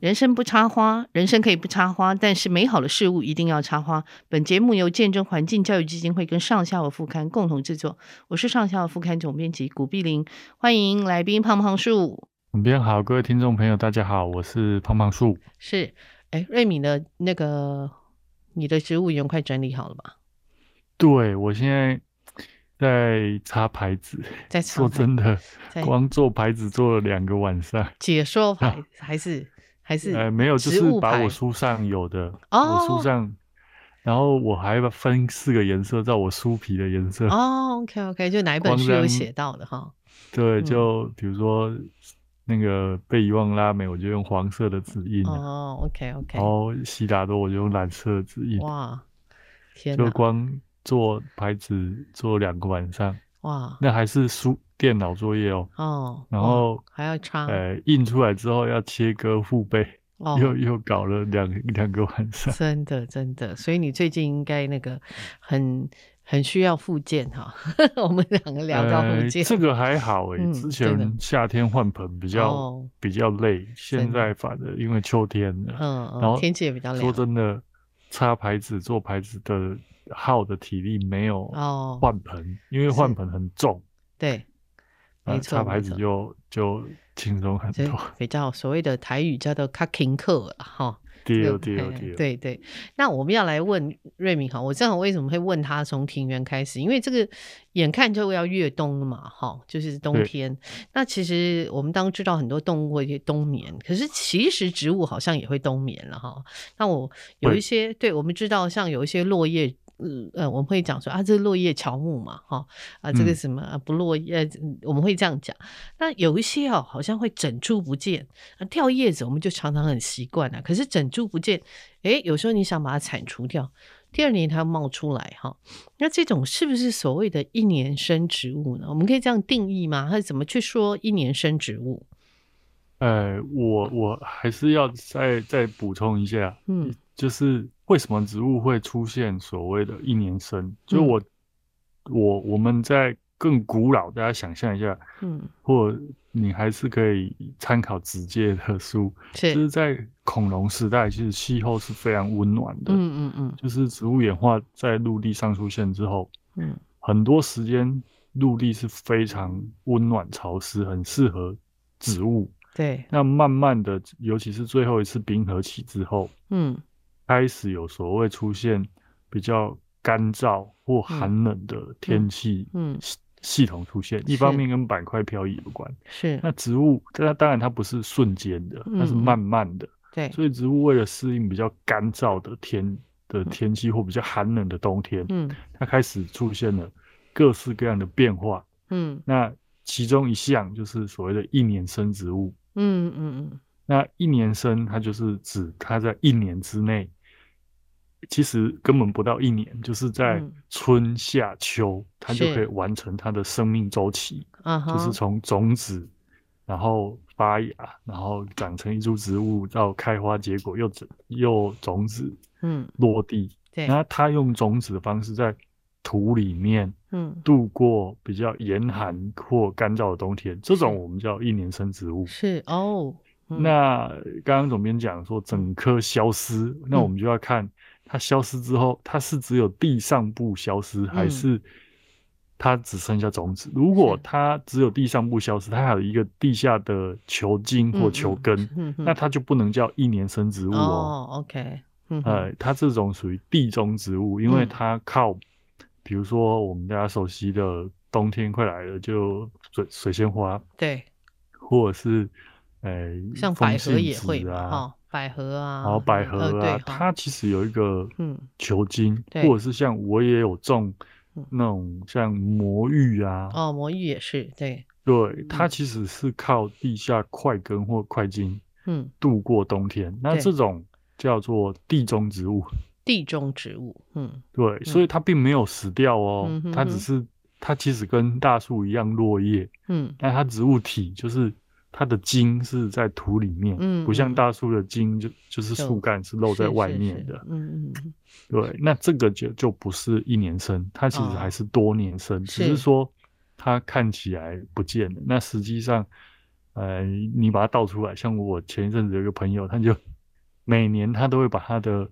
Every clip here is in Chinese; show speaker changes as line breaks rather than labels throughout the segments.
人生不插花，人生可以不插花，但是美好的事物一定要插花。本节目由见证环境教育基金会跟上下游副刊共同制作，我是上下游副刊总编辑古碧玲，欢迎来宾胖胖树。
总编好，各位听众朋友，大家好，我是胖胖树。
是，哎，瑞敏的那个你的植物园快整理好了吧？
对我现在在擦牌子，
在插
说
牌
真的，
在
光做牌子做了两个晚上，
解说 牌还是还是
呃，没有，就
植
是
物
把
牌
我书上有的，我
哦
书上，然后我还把分四个颜色，照我书皮的颜色，
哦，OK OK，就哪一本
光
书有
让
写到的哈？
对，
嗯
就比如说那个被遗忘拉美，我就用黄色的指印啊，
哦，OK OK，
然后悉达多我就用蓝色的指印，
哇，天
就
哪，
光做牌子做两个晚上，
哇，
那还是书电脑作业哦，
哦，
然
哇
后
还要插，
呃，印出来之后要切割父辈，
啊哦，
又又搞了两两个晚上。
真的真的，所以你最近应该那 个很很需要复健哈。 我们 两个聊到
呃
复健，
这个还好诶、
嗯
之
真的
前夏天换盆比较、
哦
比较累，现
真的
在反而因为秋天了，
嗯
然
嗯，
后
天气也比较
说
凉
真的，插牌子做牌子的耗的体力没有
哦，
换盆，因为换
是
盆很重，
对，
呃
没错
插牌
没
子
错
就就轻松很
所以
多。
比较所谓的台语叫做 “cooking 课”哈。这
丢
个
丢
嘿嘿
丢，
哎对对，那我们要来问瑞敏哈，我正好为什么会问他从庭园开始，因为这个眼看就要越冬了嘛，哈，就是冬
对
天。那其实我们当知道很多动物会冬眠，可是其实植物好像也会冬眠了哈。那我有一
会
些，对我们知道像有一些落叶。嗯呃，我们会讲说啊，这落叶乔木嘛，哈、啊，这个
嗯
什么、啊、不落叶、呃我们会这样讲。那有一些哦，好像会整株不见，啊，掉叶子我们就常常很习惯了，可是整株不见，诶，有时候你想把它铲除掉，第二年它又冒出来哈。那这种是不是所谓的一年生植物呢？我们可以这样定义吗？还是怎么去说一年生植物？
呃，我我还是要再再补充一下，
嗯，
就是为什么植物会出现所谓的一年生？就
嗯
我、我我们在更古老，大家想象一下，
嗯，，
或你还是可以参考直接的书，就是是在恐龙时代，其实气候是非常温暖的，
嗯嗯嗯
就是植物演化在陆地上出现之后，
嗯，
很多时间陆地是非常温暖潮湿，很适合植物。
对，
那慢慢的，尤其是最后一次冰河期之后，
嗯
开始有所谓出现比较干燥或寒冷的天气
嗯，
系系统出现。
是
一方面跟板块漂移有关，
是
那植物它当然它不是瞬间的，
嗯
它是慢慢的，
对，
所以植物为了适应比较干燥的天的天气或比较寒冷的冬天，
嗯
它开始出现了各式各样的变化。
嗯
那其中一项就是所谓的一年生植物，
嗯嗯嗯，
那一年生，它就是指它在一年之内，其实根本不到一年，就是在
嗯
春夏秋，它就是可以完成它的生命周期，
啊
就
哈，
是从种子，然后发芽，然后长成一株植物，到开花结果，又种又种子
嗯
落地。
对，
那它用种子的方式在土里面
嗯
度过比较严寒或干燥的冬天，这种
是
我们叫一年生植物。
是哦，嗯
那刚刚总编讲说整棵消失，那
嗯
我们就要看它消失之后，它是只有地上部消失，还是它只剩下种子？如果
嗯是
它只有地上部消失，它还有一个地下的球茎或
嗯
球
嗯
根，
嗯嗯
那它就不能叫一年生植物哦。
哦，OK，嗯哼
呃，它这种属于地中植物，因为
嗯
它靠，比如说我们大家熟悉的冬天快来了，就水水仙花，
对，
或者是。呃，
像
风
百合
信
也
子
会嘛，
啊，
哈、百合啊，
然后百
嗯呃
合
对
啊
哈，
它其实有一个
嗯
球茎，
对
或者是像我也有种
嗯
那种像魔芋啊，
哦，嗯魔芋也是，对，
对，它其实是靠地下块根或块茎
嗯，
度过冬天。那
对
这种叫做地中植物，
地中植物，嗯，
对，所以它并没有死掉哦，
嗯哼
它只
哼
是它其实跟大树一样落叶，
嗯
但它植物体就是。它的茎是在土里面，
嗯
不像
嗯
大树的茎就就是
就
树干是露在
是
外
是
面
是
的。
嗯嗯嗯，
对，那这个就就不是一年生，它其实还
哦
是多年生，只
是
是说它看起来不见了。那实际上，呃，你把它倒出来。像我前一阵子有一个朋友，他就每年他都会把他的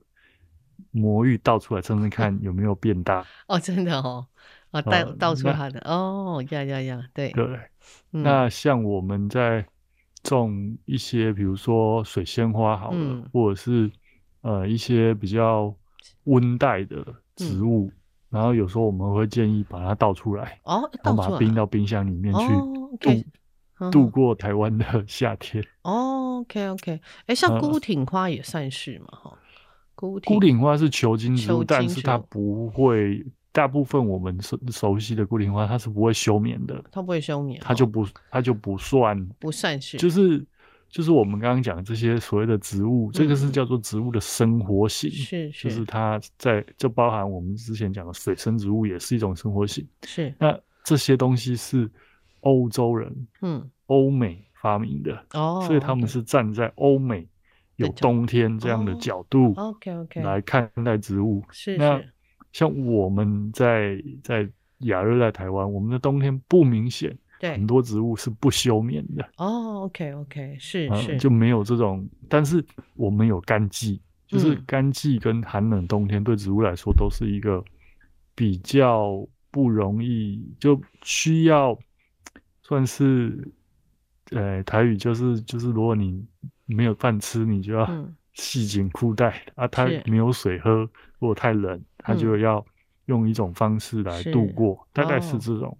魔芋倒出来称称看有没有变大。
哦，真的哦，啊，倒
哦
倒出
那
它的哦，呀呀呀，对，
对，
嗯
那像我们在种一些，比如说水仙花好了，
嗯
或者是呃一些比较温带的植物，
嗯
然后有时候我们会建议把它倒出来，
哦，
然
倒
后把
出
它
来
冰到冰箱里面去，
哦
度、
，OK，嗯
度过台湾的夏天。
哦，OK OK，哎，像
呃
孤挺花也算是嘛哈，孤挺
孤岭花是球茎植
球
物，
茎
但是它
植物
不会，大部分我们熟熟悉的孤岭花它是不会休眠的，
它不会休眠哦，
它就不它就不算
不算是，
就是就是我们刚刚讲这些所谓的植物，这个
嗯
是叫做植物的生活型，
是
就是是它在就包含我们之前讲的水生植物也是一种生活型。
是，
那这些东西是欧洲人、
嗯，
欧美发明的，
哦，
所以他们是站在欧美有冬天这样的角度
哦 OK OK，
来看待植物。
是
那
是，
像我们在在亚热带台湾，我们的冬天不明显，
对
很，多植物是不休眠的。
哦，OK OK，是是
嗯，就没有这种，但是我们有干季，就是
嗯
干季跟寒冷冬天对植物来说都是一个比较不容易，就需要算是，呃，台语就是就是，如果你没有饭吃，你就要
嗯
系紧裤带、啊，它
是嗯
没有水喝，如果太冷，它就要用一种方式来
是
度过，大概
哦
是这种、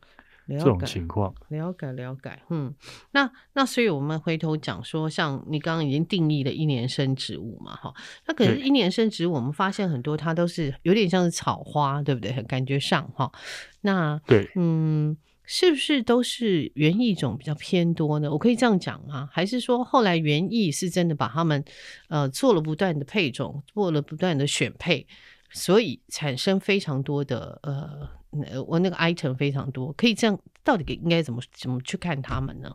了
这种
解
情况。
了解了解，嗯，那那所以我们回头讲说，像你刚刚已经定义的一年生植物嘛，哈，那可是
对
一年生植物，我们发现很多它都是有点像是草花，对不对？感觉上哈，那
对，
嗯，是不是都是园艺种比较偏多呢？我可以这样讲吗？还是说后来园艺是真的把它们呃做了不断的配种，做了不断的选配，所以产生非常多的呃，呃我那个 item 非常多，可以这样，到底应该怎么怎么去看它们呢？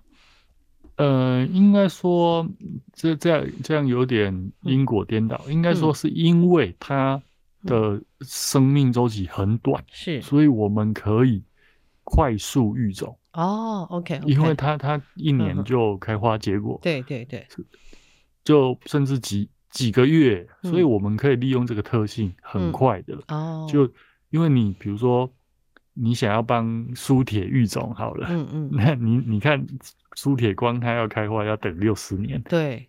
呃，应该说这这样这样有
嗯
点因果颠倒。应该说是因为它
嗯
的生命周期很短，
是
所以我们可以快速育种，
哦，OK，, o k
因为它它一
嗯
年
哼
就开花结果，
对对对，
就甚至几几个月，
嗯
所以我们可以利用这个特性，
嗯
很快的。
哦，
就因为你比如说你想要帮苏铁育种好了，
嗯嗯，
那你你看苏铁光它要开花要等六十年。
对，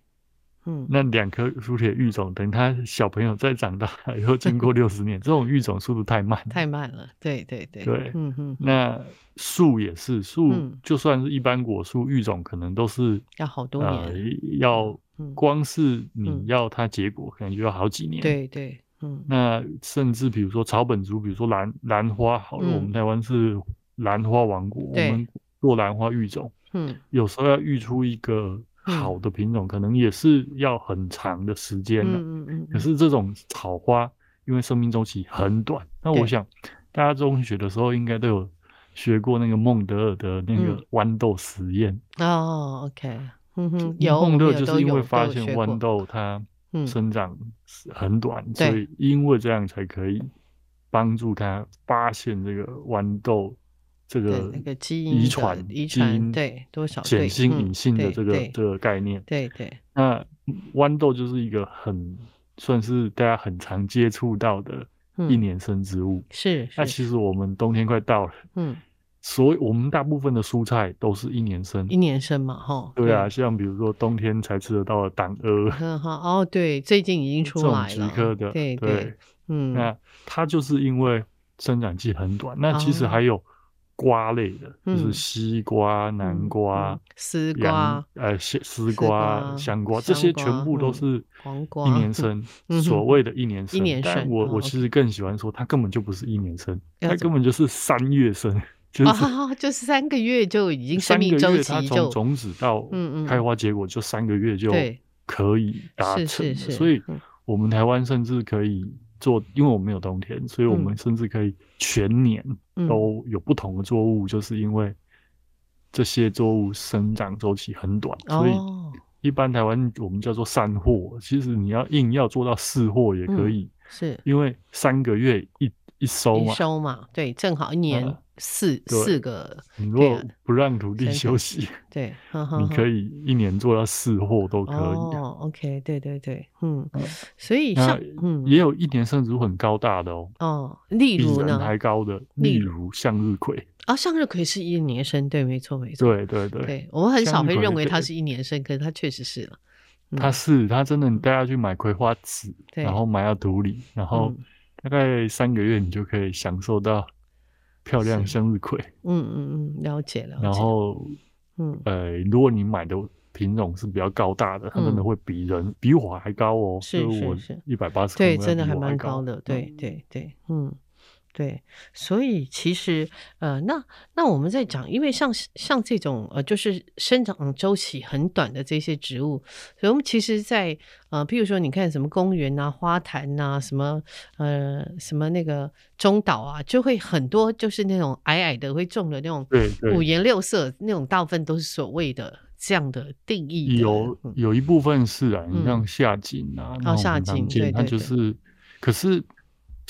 嗯，
那两棵苏铁育种，等它小朋友再长大以 后，经过六十年，这种育种速度太慢。
太慢了，对对对，
对
嗯嗯，
那树也是树
嗯，
就算是一般果树育种，可能都是
要好多
呃
年，
要
嗯
光是你
嗯
要它结果，可能就要好几年。。
对对，嗯
那甚至比如说草本族，比如说兰兰花，好了，
嗯
我们台湾是兰花王国，我
对
们做兰花育种，
嗯，
有时候要育出一个
嗯
好的品种，可能也是要很长的时间啊
嗯
了。
嗯嗯，
可
嗯
是这种草花，因为生命周期很短，那
对
我想大家中学的时候应该都有学过那个孟德尔的那个
嗯
豌豆实验。
哦，OK，嗯哼，有
孟德
我
尔
们有
就
都
是因
有
为
都
发
有
现
学过
豌豆它
嗯
生长是很短，所
对
以因为这样才可以帮助它发现这个豌豆这
对
个
那个基因
遗
的
传
遗
基
传
因
对多少对
显性
嗯
隐性的
对
这个
对
这个概念。
对对，
那豌豆就是一个很算是大家很常接触到的一
嗯，
年生植物。
是
那
是，
其实我们冬天快到了，
嗯，
所以我们大部分的蔬菜都是一年生
一。年生嘛，哈，
对啊，，像比如说冬天才吃得到的党鹅，
呵呵，哦，对，最近已经
这
出
种
来
菊
了，
科的，
对对，嗯
那它就是因为生长期很短。那其实
哦
还有瓜类的，就是
嗯
西瓜、南
嗯
瓜
嗯、丝
洋
瓜、
呃西丝
丝瓜
瓜、香瓜，这
香
些
瓜
全部
嗯
都是
黄
一
瓜
年生
嗯，
所谓的一年生。
年
但
生
我
哦
我其实更喜欢说，它根本就不是一年生，
要
它
怎
根本就是三月生，就是
啊， 就是三个月就已经生
三个
命周
月，它
期
从
就
种子到
嗯嗯
开花结果就三个月就
对
可以达
是
成
是
了，
是
所以
嗯
我们台湾甚至可以做，因为我们没有冬天，所以我们
嗯
甚至可以全年
嗯
都有不同的作物，就是因为这些作物生长周期很短，所以
哦，
一般台湾我们叫做三货，其实你要硬要做到四货也可以，
是
因为三个月一一收
嗯一
嘛，
收嘛，对，正好一年
呃
四
对
四个，
你如果
对啊
不让土地
三
休息，
对，呵呵
你
呵
可以一年做到四货都可以啊。
哦，OK，对对对，嗯
嗯，
所以
那
像嗯
也有一年甚至很高大的哦，
哦，例
比
如
人
呢
还高的，
例
例
如
如向日葵。
啊，向日葵是一年生，对，没错没错，
对对对，
对我们很少
向日
会
葵
认为它
对
是一年生，可是它确实是了，嗯
它是它真的，你带它去买葵花籽，
对
然后埋到土里，然后
嗯
大概三个月你就可以享受到漂亮
是
向日葵。
嗯嗯嗯，了解了解，
然后
嗯
呃，如果你买的品种是比较高大的，它真的
嗯
会比人、比我还高哦，
是
就是我
是
一百八十，
对，真的
还
还蛮
高嗯
高的，对对对，嗯，对，所以其实呃，那那我们在讲，因为像像这种呃，就是生长周期很短的这些植物，所以我们其实在，呃，譬如说你看什么公园啊、花坛呐、什么呃什么那个中岛啊，就会很多就是那种矮矮的会种的那种
对
五
对，
颜六色那种，大部分都是所谓的这样的定义的
有
嗯
有一部分是啊，你
嗯
像夏锦啊，那
哦
种
夏
很常
锦
见
对
它
对
就
对
是，可是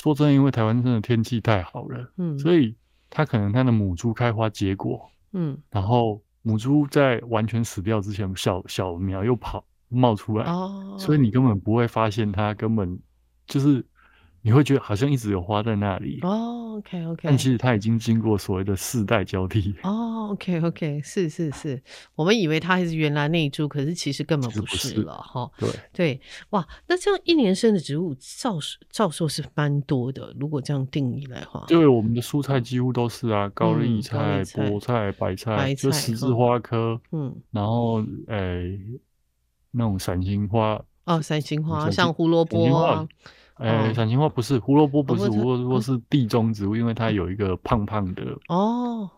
说真的，因为台湾真的天气太好了，
嗯
所以它可能它的母株开花结果，
嗯
然后母株在完全死掉之前，小小苗又跑冒出来，
哦，
所以你根本不会发现它根本就是，你会觉得好像一直有花在那里，
哦，OK OK，
但其实它已经经过所谓的世代交替，
哦，OK OK，是是是，我们以为它还是原来那一株，可是其实根本
其实
不
不
是
是
了哈。
对，
对，哇，那这样一年生的植物照照说是蛮多的，如果这样定义来话，
对，我们的蔬菜几乎都是啊，高
嗯
丽
高丽
菜、菠菜、白菜，
白
就
菜
十字
哈
花科，
嗯，
然后诶、那种伞形花，
哦，三星花
小
像
金
胡萝
伞形
卜
花
啊，，
诶、
哦
伞形花不是胡萝卜，不
不
是
是嗯它
胡萝卜是地中植物，因为它有一个胖胖的、
哦，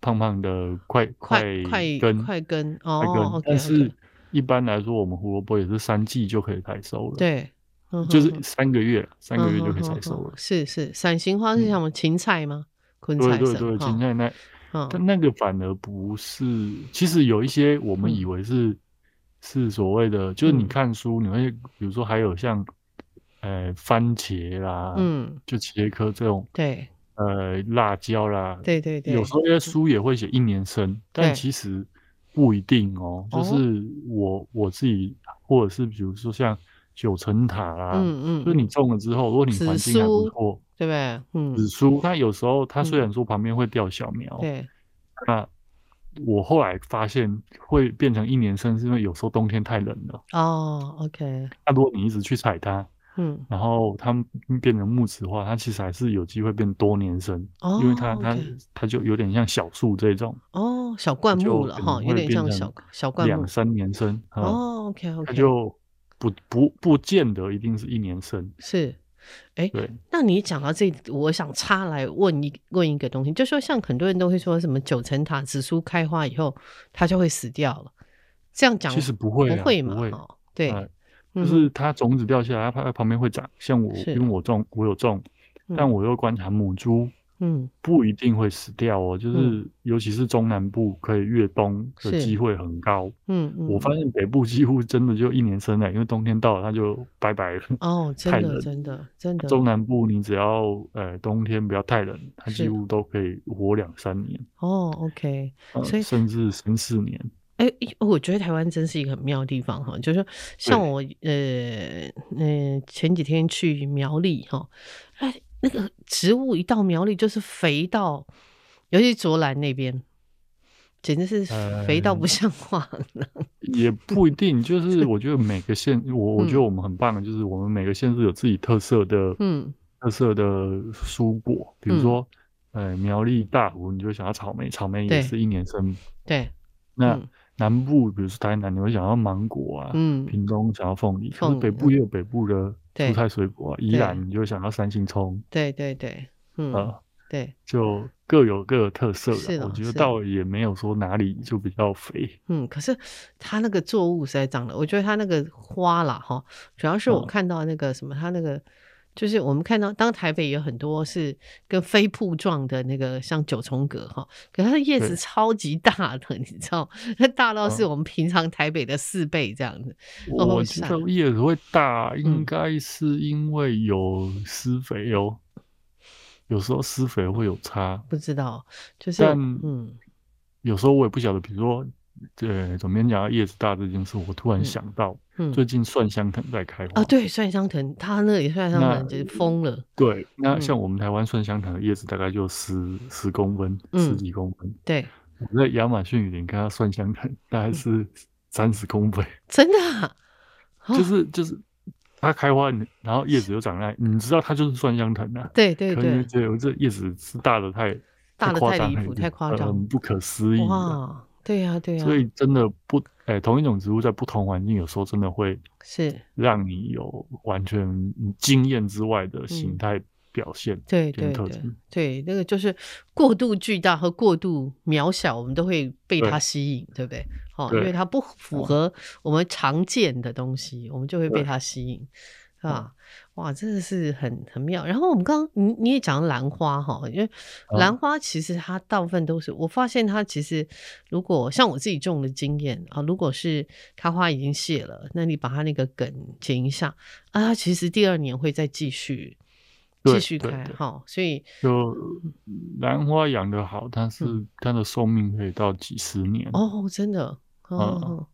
胖胖的块
快快
根、
快根
块根
哦，OK
但
OK，
是一般来说，我们胡萝卜也是三季就可以采收了，，
对，嗯
就是
哼哼
三个月，三个
嗯
月就
哼
可以采
哼
收
哼
了。
是是，伞形花是
嗯
什么芹菜吗？昆
对
菜
对
什
对，
么
芹
哈？
菜那但
嗯，
那个反而不是，其实有一些我们
嗯
以为是、是所谓的，就是你
嗯
看书，你会比如说还有像，呃，番茄啦，，
嗯，
就茄科这种，
对
呃，辣椒啦，
对对对，
有时候这些书也会写一年生，但
对
其实不一定哦。
哦
就是我我自己，或者是比如说像九层塔啦，
嗯嗯，
就是你
嗯
种了之后，如果你环
紫
境还不
苏
错，
对不对？
紫
嗯，
苏它有时候它虽
嗯
然说旁边会掉小苗，
对，
那我后来发现会变成一年生，是因为有时候冬天太冷了。
哦，OK，
那如果你一直去采它，
嗯，
然后它们变成木质化，它其实还是有机会变多年生，
哦
因为它它
OK
它就有点像小树这种，
哦，小灌
就
木了
可
哈，
能
有
会
点
变
像
成
小小灌木
两。三年生啊，
哦，OK
它
OK，
就不不不见得一定是一年生，
是，哎，
对，
那你讲到这，我想插来问一问一个东西，就说像很多人都会说什么九层塔紫苏开花以后它就会死掉了，这样讲
其实不会
不
啊
会
不
嘛？
会
哦，对，
呃就
嗯
是它种子掉下来，它它旁边会长，像我
是
因为我种我有种，但
嗯
我又观察母猪，
嗯
不一定会死掉哦，就
嗯
是尤其是中南部可以越冬的
是
机会很高。
嗯嗯，
我发现北部几乎真的就一年生了，因为冬天到了它就拜拜了。
哦，
太
真的
冷
真的真的
中南部你只要呃冬天不要太冷，它
是
几乎都可以活两三年，
哦，OK，
呃
所以
甚至三四年。
哎、我觉得台湾真是一个很妙的地方哈，就是说像
对
我呃呃前几天去苗栗哈，哎，那个植物一到苗栗就是肥到，尤其卓兰那边，简直是肥到不
呃
像话了。
也不一定，就是我觉得每个县，我我觉得我们很棒，的就是我们每个县市有自己特色的，
嗯，
特色的蔬果，比
嗯
如说，呃，苗栗大湖，你就想要草莓，草莓
对
也是一年生。
对，
那
嗯
南部，比如说台南，你会想要芒果啊，
嗯，
屏东想要凤梨，可
凤
是
梨
北部也有北部的
对
蔬菜水果啊，宜
对
兰你就会想要三星葱
对对对，嗯，
啊，
对，
就各有各的特色
是
啦。
啦
我觉
是
得
啦
倒也没有说哪里就比较肥，
嗯，可是它那个作物实在长得，我觉得它那个花啦，哈，主要是我
嗯
看到那个什么，它那个就是我们看到，当台北有很多是跟飞瀑状的那个，像九重葛哈，可它的叶子
对
超级大的，你 知道，它大到是
嗯
我们平常台北的四倍这样子。哦
我知
晒
道叶子会大，
嗯
应该是因为有施肥哦。有时候施肥会有差，
不知道，就是
但
嗯
有时候我也不晓得，比如说，呃，怎么样讲到叶子大这件事，我突然想到，
嗯
最近蒜香藤在开花。
啊，对，蒜香藤，他那里蒜香
那
藤就是疯了，
对，那
嗯
像我们台湾蒜香藤的叶子大概就十十公分，
嗯
十几公分。
对，
我在亚马逊雨林看到蒜香藤大
嗯
概是三十公分，
真的啊、哦
就是就是它开花，你然后叶子又长大，你知道它就是蒜香藤啊。
对对
可是你
对
就，觉得这叶子是大的太
大得
夸
太
张
离
了
谱
已经
太夸张
很不可思议了。
哇，对呀、对呀、啊
所以真的不，哎、同一种植物在不同环境，有时候真的会
是，
让你有完全经验之外的
嗯
形态表现。
对
跟
对
特
对
质
对，那个就是过度巨大和过度渺小，我们都会被
对
它吸引，对不对？哦，因
对
为它不符合我们常见的东西，我们就会被
对哦
它吸引，啊。哇，真的是很很妙。然后我们刚你你也讲兰花哈，因为
啊
兰花其实它大部分都是，我发现它其实如果像我自己种的经验啊，如果是它花已经谢了，那你把它那个梗剪一下啊，它其实第二年会再继续
对
继续
对
开
对
哈，所以
就兰花养得好，但是
嗯
它的寿命可以到几十年。
哦，真的，
嗯
哦，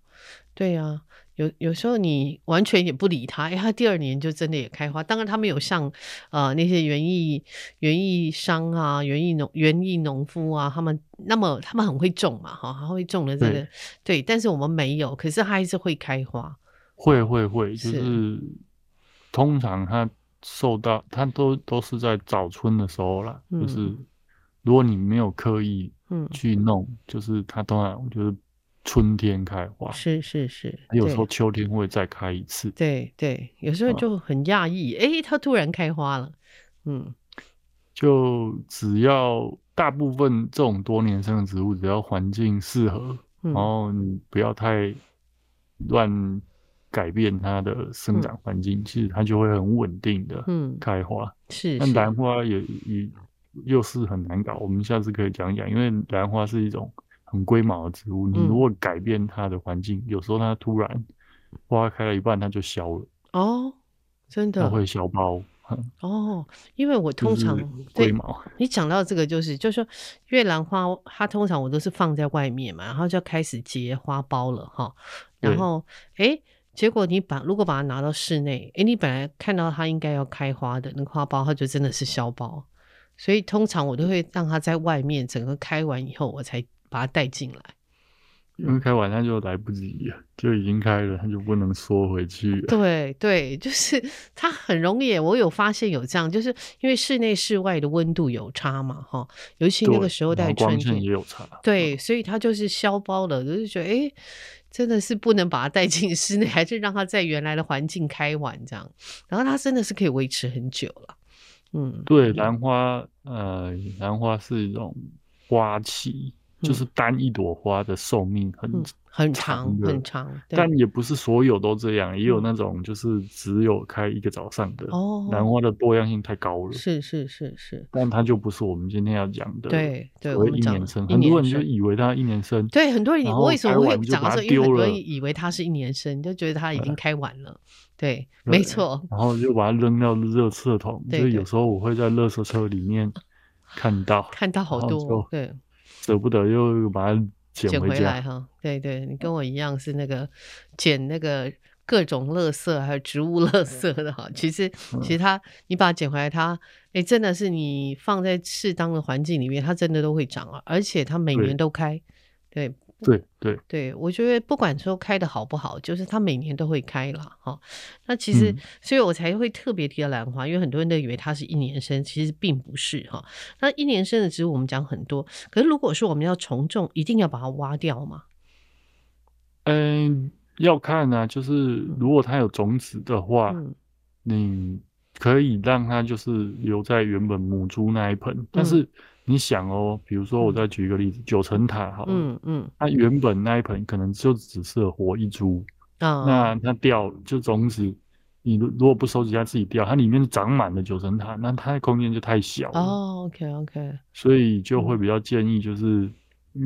对呀、有有时候你完全也不理 它，哎，它第二年就真的也开花。当然，它没有像呃那些园艺园艺商啊、园艺农园艺农夫啊，他们那么他们很会种嘛，哈、他会种的真的对，但是我们没有，可是它还是会开花。
会会会，就是是通常它受到它都都是在早春的时候啦，
嗯
就是如果你没有刻意
嗯，
去弄，就是它通常就是春天开花，
是是是，
有
对
时候秋天会再开一次。
对对，有时候
啊
就很讶异，哎、它突然开花了，嗯，
就只要大部分这种多年生的植物，只要环境适合，
嗯
然后你不要太乱改变它的生长环境，其实它就会很稳定的
嗯，
开花。
是
那
是，
兰花也也又是很难搞，我们下次可以讲一讲，因为兰花是一种很龟毛的植物，你
嗯
如果改变它的环境，有时候它突然花开了一半，它就消了，
哦，真
它
的
会消苞，哼
哦，因为我通
就是
常对
龟毛。
你讲到这个，就是就是说，月兰花它通常我都是放在外面嘛，然后就要开始结花苞了哈。然
对
后诶，结果你把如果把它拿到室内，诶，你本来看到它应该要开花的那个花苞，它就真的是消苞。所以通常我都会让它在外面整个开完以后，我才把它带进来。
因为开完它就来不及了，就已经开了，它就不能缩回去了。
对对，就是它很容易，我有发现有这样，就是因为室内室外的温度有差嘛，哈，尤 其那
对
个时候在
然后
春
光线嗯
天
也，有差。
对，所以它就是消包了，就是觉得哎，诶真的是不能把它带进 室内，还是让它在原来的环境开完这样，然后它真的是可以维持很久了，嗯，
对，兰花，呃，兰花是一种花期，就是单一朵花的寿命很，
嗯，很长
长
很
的
长，对
但也不是所有都这样，也有
嗯
那种就是只有开一个早上的。
哦，
兰花的多样性太高了，
是是是是，
但它就不是我们今天要讲的。。
对对，
所
我
谓
们
一
讲
年
了
生，
一
很多
年
人
生。
就以为它一年生，
对，很多人以
然
我
后
为什么
开
会
完就
讲到
把它
说，因为很
丢
多
了哎
人以为它是一年生，就觉得它已经开完了。 对，
对
没错，
然后就把它扔到热圾桶。
对
所以
对
有时候我会在热圾车里面看到，
看到好
然后
多
就，
对，
舍不得又把它捡
捡
回
回来
家。嗯
哈。对对，你跟我一样是那个捡那个各种垃圾还有植物垃圾的哈。其实
嗯
其实它，你把它捡回来，它哎真的是你放在适当的环境里面，它真的都会长啊，而且它每
对
年都开。对，
对对，
对，我觉得不管说开的好不好，就是它每年都会开啦。哈、那其实，
嗯
所以我才会特别提到兰花，因为很多人都以为它是一年生，其实并不是哈、那一年生的植物我们讲很多，可是如果说我们要重种，一定要把它挖掉嘛。
嗯，要看啊，就是如果它有种子的话，
嗯，
你可以让它就是留在原本母株那一
嗯
盆。但是你想哦，比如说我再举一个例子，九层塔好了，
嗯嗯
它原本那一盆可能就只适合活一株，
啊，
那它掉就种子。你如如果不收集它自己掉，它里面长满了九层塔，那它的空间就太小了。
哦，OK OK，
所以就会
嗯
比较建议，就是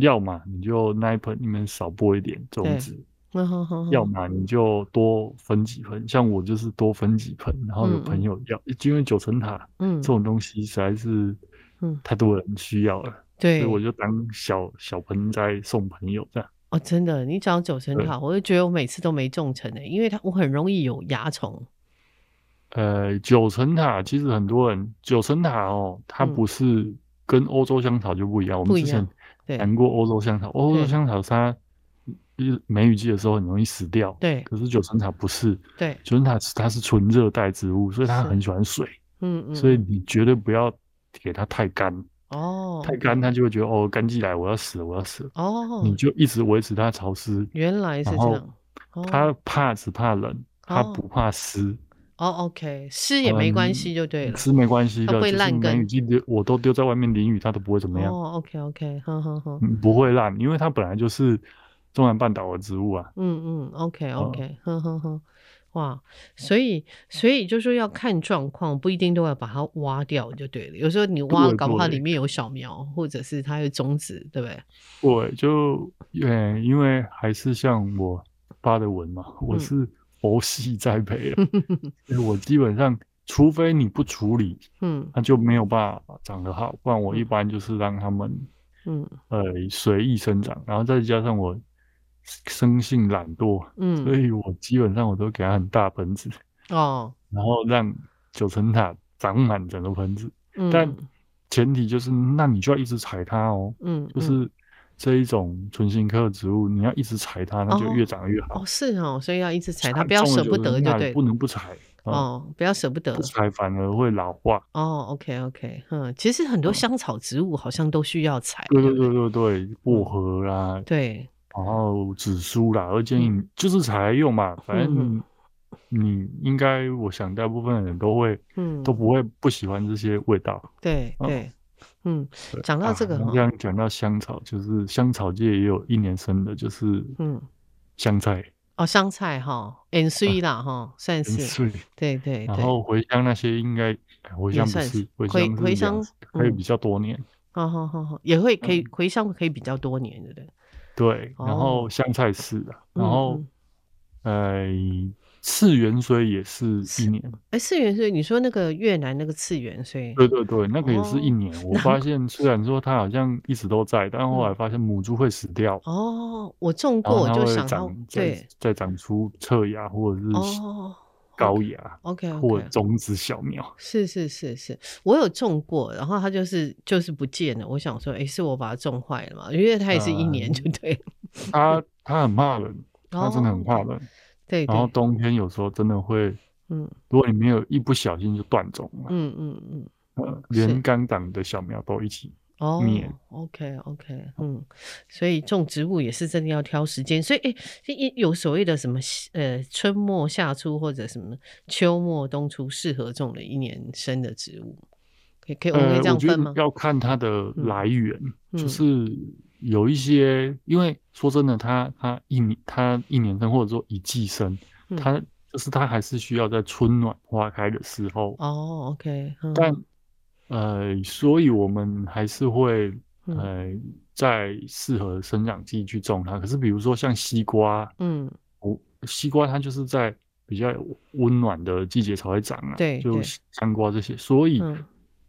要嘛你就那一盆里面少播一点种
对
子，
嗯哼哼哼
要么你就多分几盆，像我就是多分几盆，然后有
嗯
朋友要，因为九层塔
嗯
这，种东西实在是
嗯
太多人需要了，所
对，
以我就当小小盆栽送朋友这样。
哦，真的，你讲九层
对
塔，我就觉得我每次都没中成的、欸因为它我很容易有蚜虫。
呃，九层塔其实很多人九层塔哦，它
嗯
不是跟欧洲香草就不一样，我
不
们
一
之前
样对
谈过欧洲香草，欧洲
对
香草它一梅雨季的时候很容易死掉，
对
可是九层塔不是，
对，
九层塔是它是纯热带植物，所以它
是
很喜欢水，
嗯嗯，
所以你绝对不要给它太干，
哦，
太嗯干它就会觉得哦干季来我要死了我要死了，
哦，
你就一直维持它潮湿，
原来是
然
这
后
样。哦
它怕只怕冷，它
哦
不怕湿。
哦，OK，湿也没关
嗯
系就对了。
是没关系
它
的，
不会
就是
烂根
梅雨季丢我都丢在外面淋雨，它都不会怎么样，
哦，OK OK，哼哼哼，
嗯不会烂，因为它本来就是中南半岛的植物啊。
嗯嗯，OK
哦
OK，哼哼哼，哇，所以所以就说要看状况，不一定都要把它挖掉就对了。有时候你挖了，
对
搞不好
对
里面有小苗，或者是它有种子，对不对？
对，就呃，因为还是像我发的文嘛，我
嗯
是佛系栽 培的，所以我基本上除非你不处理，
嗯
它就没有办法长得好，不然我一
嗯
般就是让它们
嗯
呃随意生长，然后再加上我生性懒惰，所
嗯，
以我基本上我都给它很大盆子。
哦，
然后让九层塔长满整个盆子。
嗯，
但前提就是，那你就要一直踩它哦，
嗯，嗯
就是这一种唇形科的植物，你要一直踩它，那就越长越好。
哦，是哦，所以要一直踩它，
它
不要
种了
舍不得
九层塔
就对
不
了。
能不踩。哦，
哦，不要舍不得
不。踩反而会老化。
哦，OK OK，嗯，其实很多香草植物好像都需要啊踩，
对
对
对
不对
对对对，
嗯
薄荷啦，
对，
然后紫苏啦，我建议你就是采来用嘛，反正
嗯
你你应该，我想大部分人都会
嗯，
都不会不喜欢这些味道。
对
哦
对，嗯，
对
讲到
啊
这个
那
哈
这样讲到香草，就是香草界也有一年生的，就是
嗯
香菜、
哦，香菜哈，N C 啦哈，算
跟
是，
穗，
对对
然
对，
后茴香那些应该哎茴
也
香不
算
是
是
茴
茴
香是
茴
两
香
可以
嗯
比较多年，
好哦好好好，也会可
嗯
以茴香可以比较多年，对不对？
对，然
哦
后香菜是的，然后
嗯
呃次元水也是一年，
哎，次元以你说那个越南那个次元以
对对对，那个也是一
哦
年。我发现虽然说它好像一直都在，但后来
嗯
发现母猪会死掉。
哦，我种
然
过，
后
我
它
就
会
想到
长，再
对，
再长出侧芽或者是
哦
高芽
，OK
或
OK，
种子小苗。
是是是是，我有种过，然后它就是就是不见了。我想说，诶，是我把它种坏了嘛？因为它也是一年就对 了。
它它很怕冷，它呃真的很怕
哦
冷。
对对，
然后冬天有时候真的会，
嗯
如果你没有一不小心就断种了，
嗯嗯嗯，
呃
是
连刚长的小苗都一起。
哦
灭
，OK OK，嗯，所以种植物也是真的要挑时间。所以，诶，一有所谓的什么呃春末夏初或者什么秋末冬初适合种的一年生的植物，可以可以我们可以
呃，
这
我
样
觉
分
得
吗？
要看它的
嗯
来源，
嗯
就是有一些，因为说真的，它它一年它一年生或者说一季生，
嗯
它就是它还是需要在春暖花开的时候。
哦，OK，嗯
但呃，所以我们还是会
嗯
呃在适合生长季去种它。可是比如说像西瓜，
嗯
我西瓜它就是在比较温暖的季节才会长啊，
对
就
对
西香瓜这些，所以
嗯，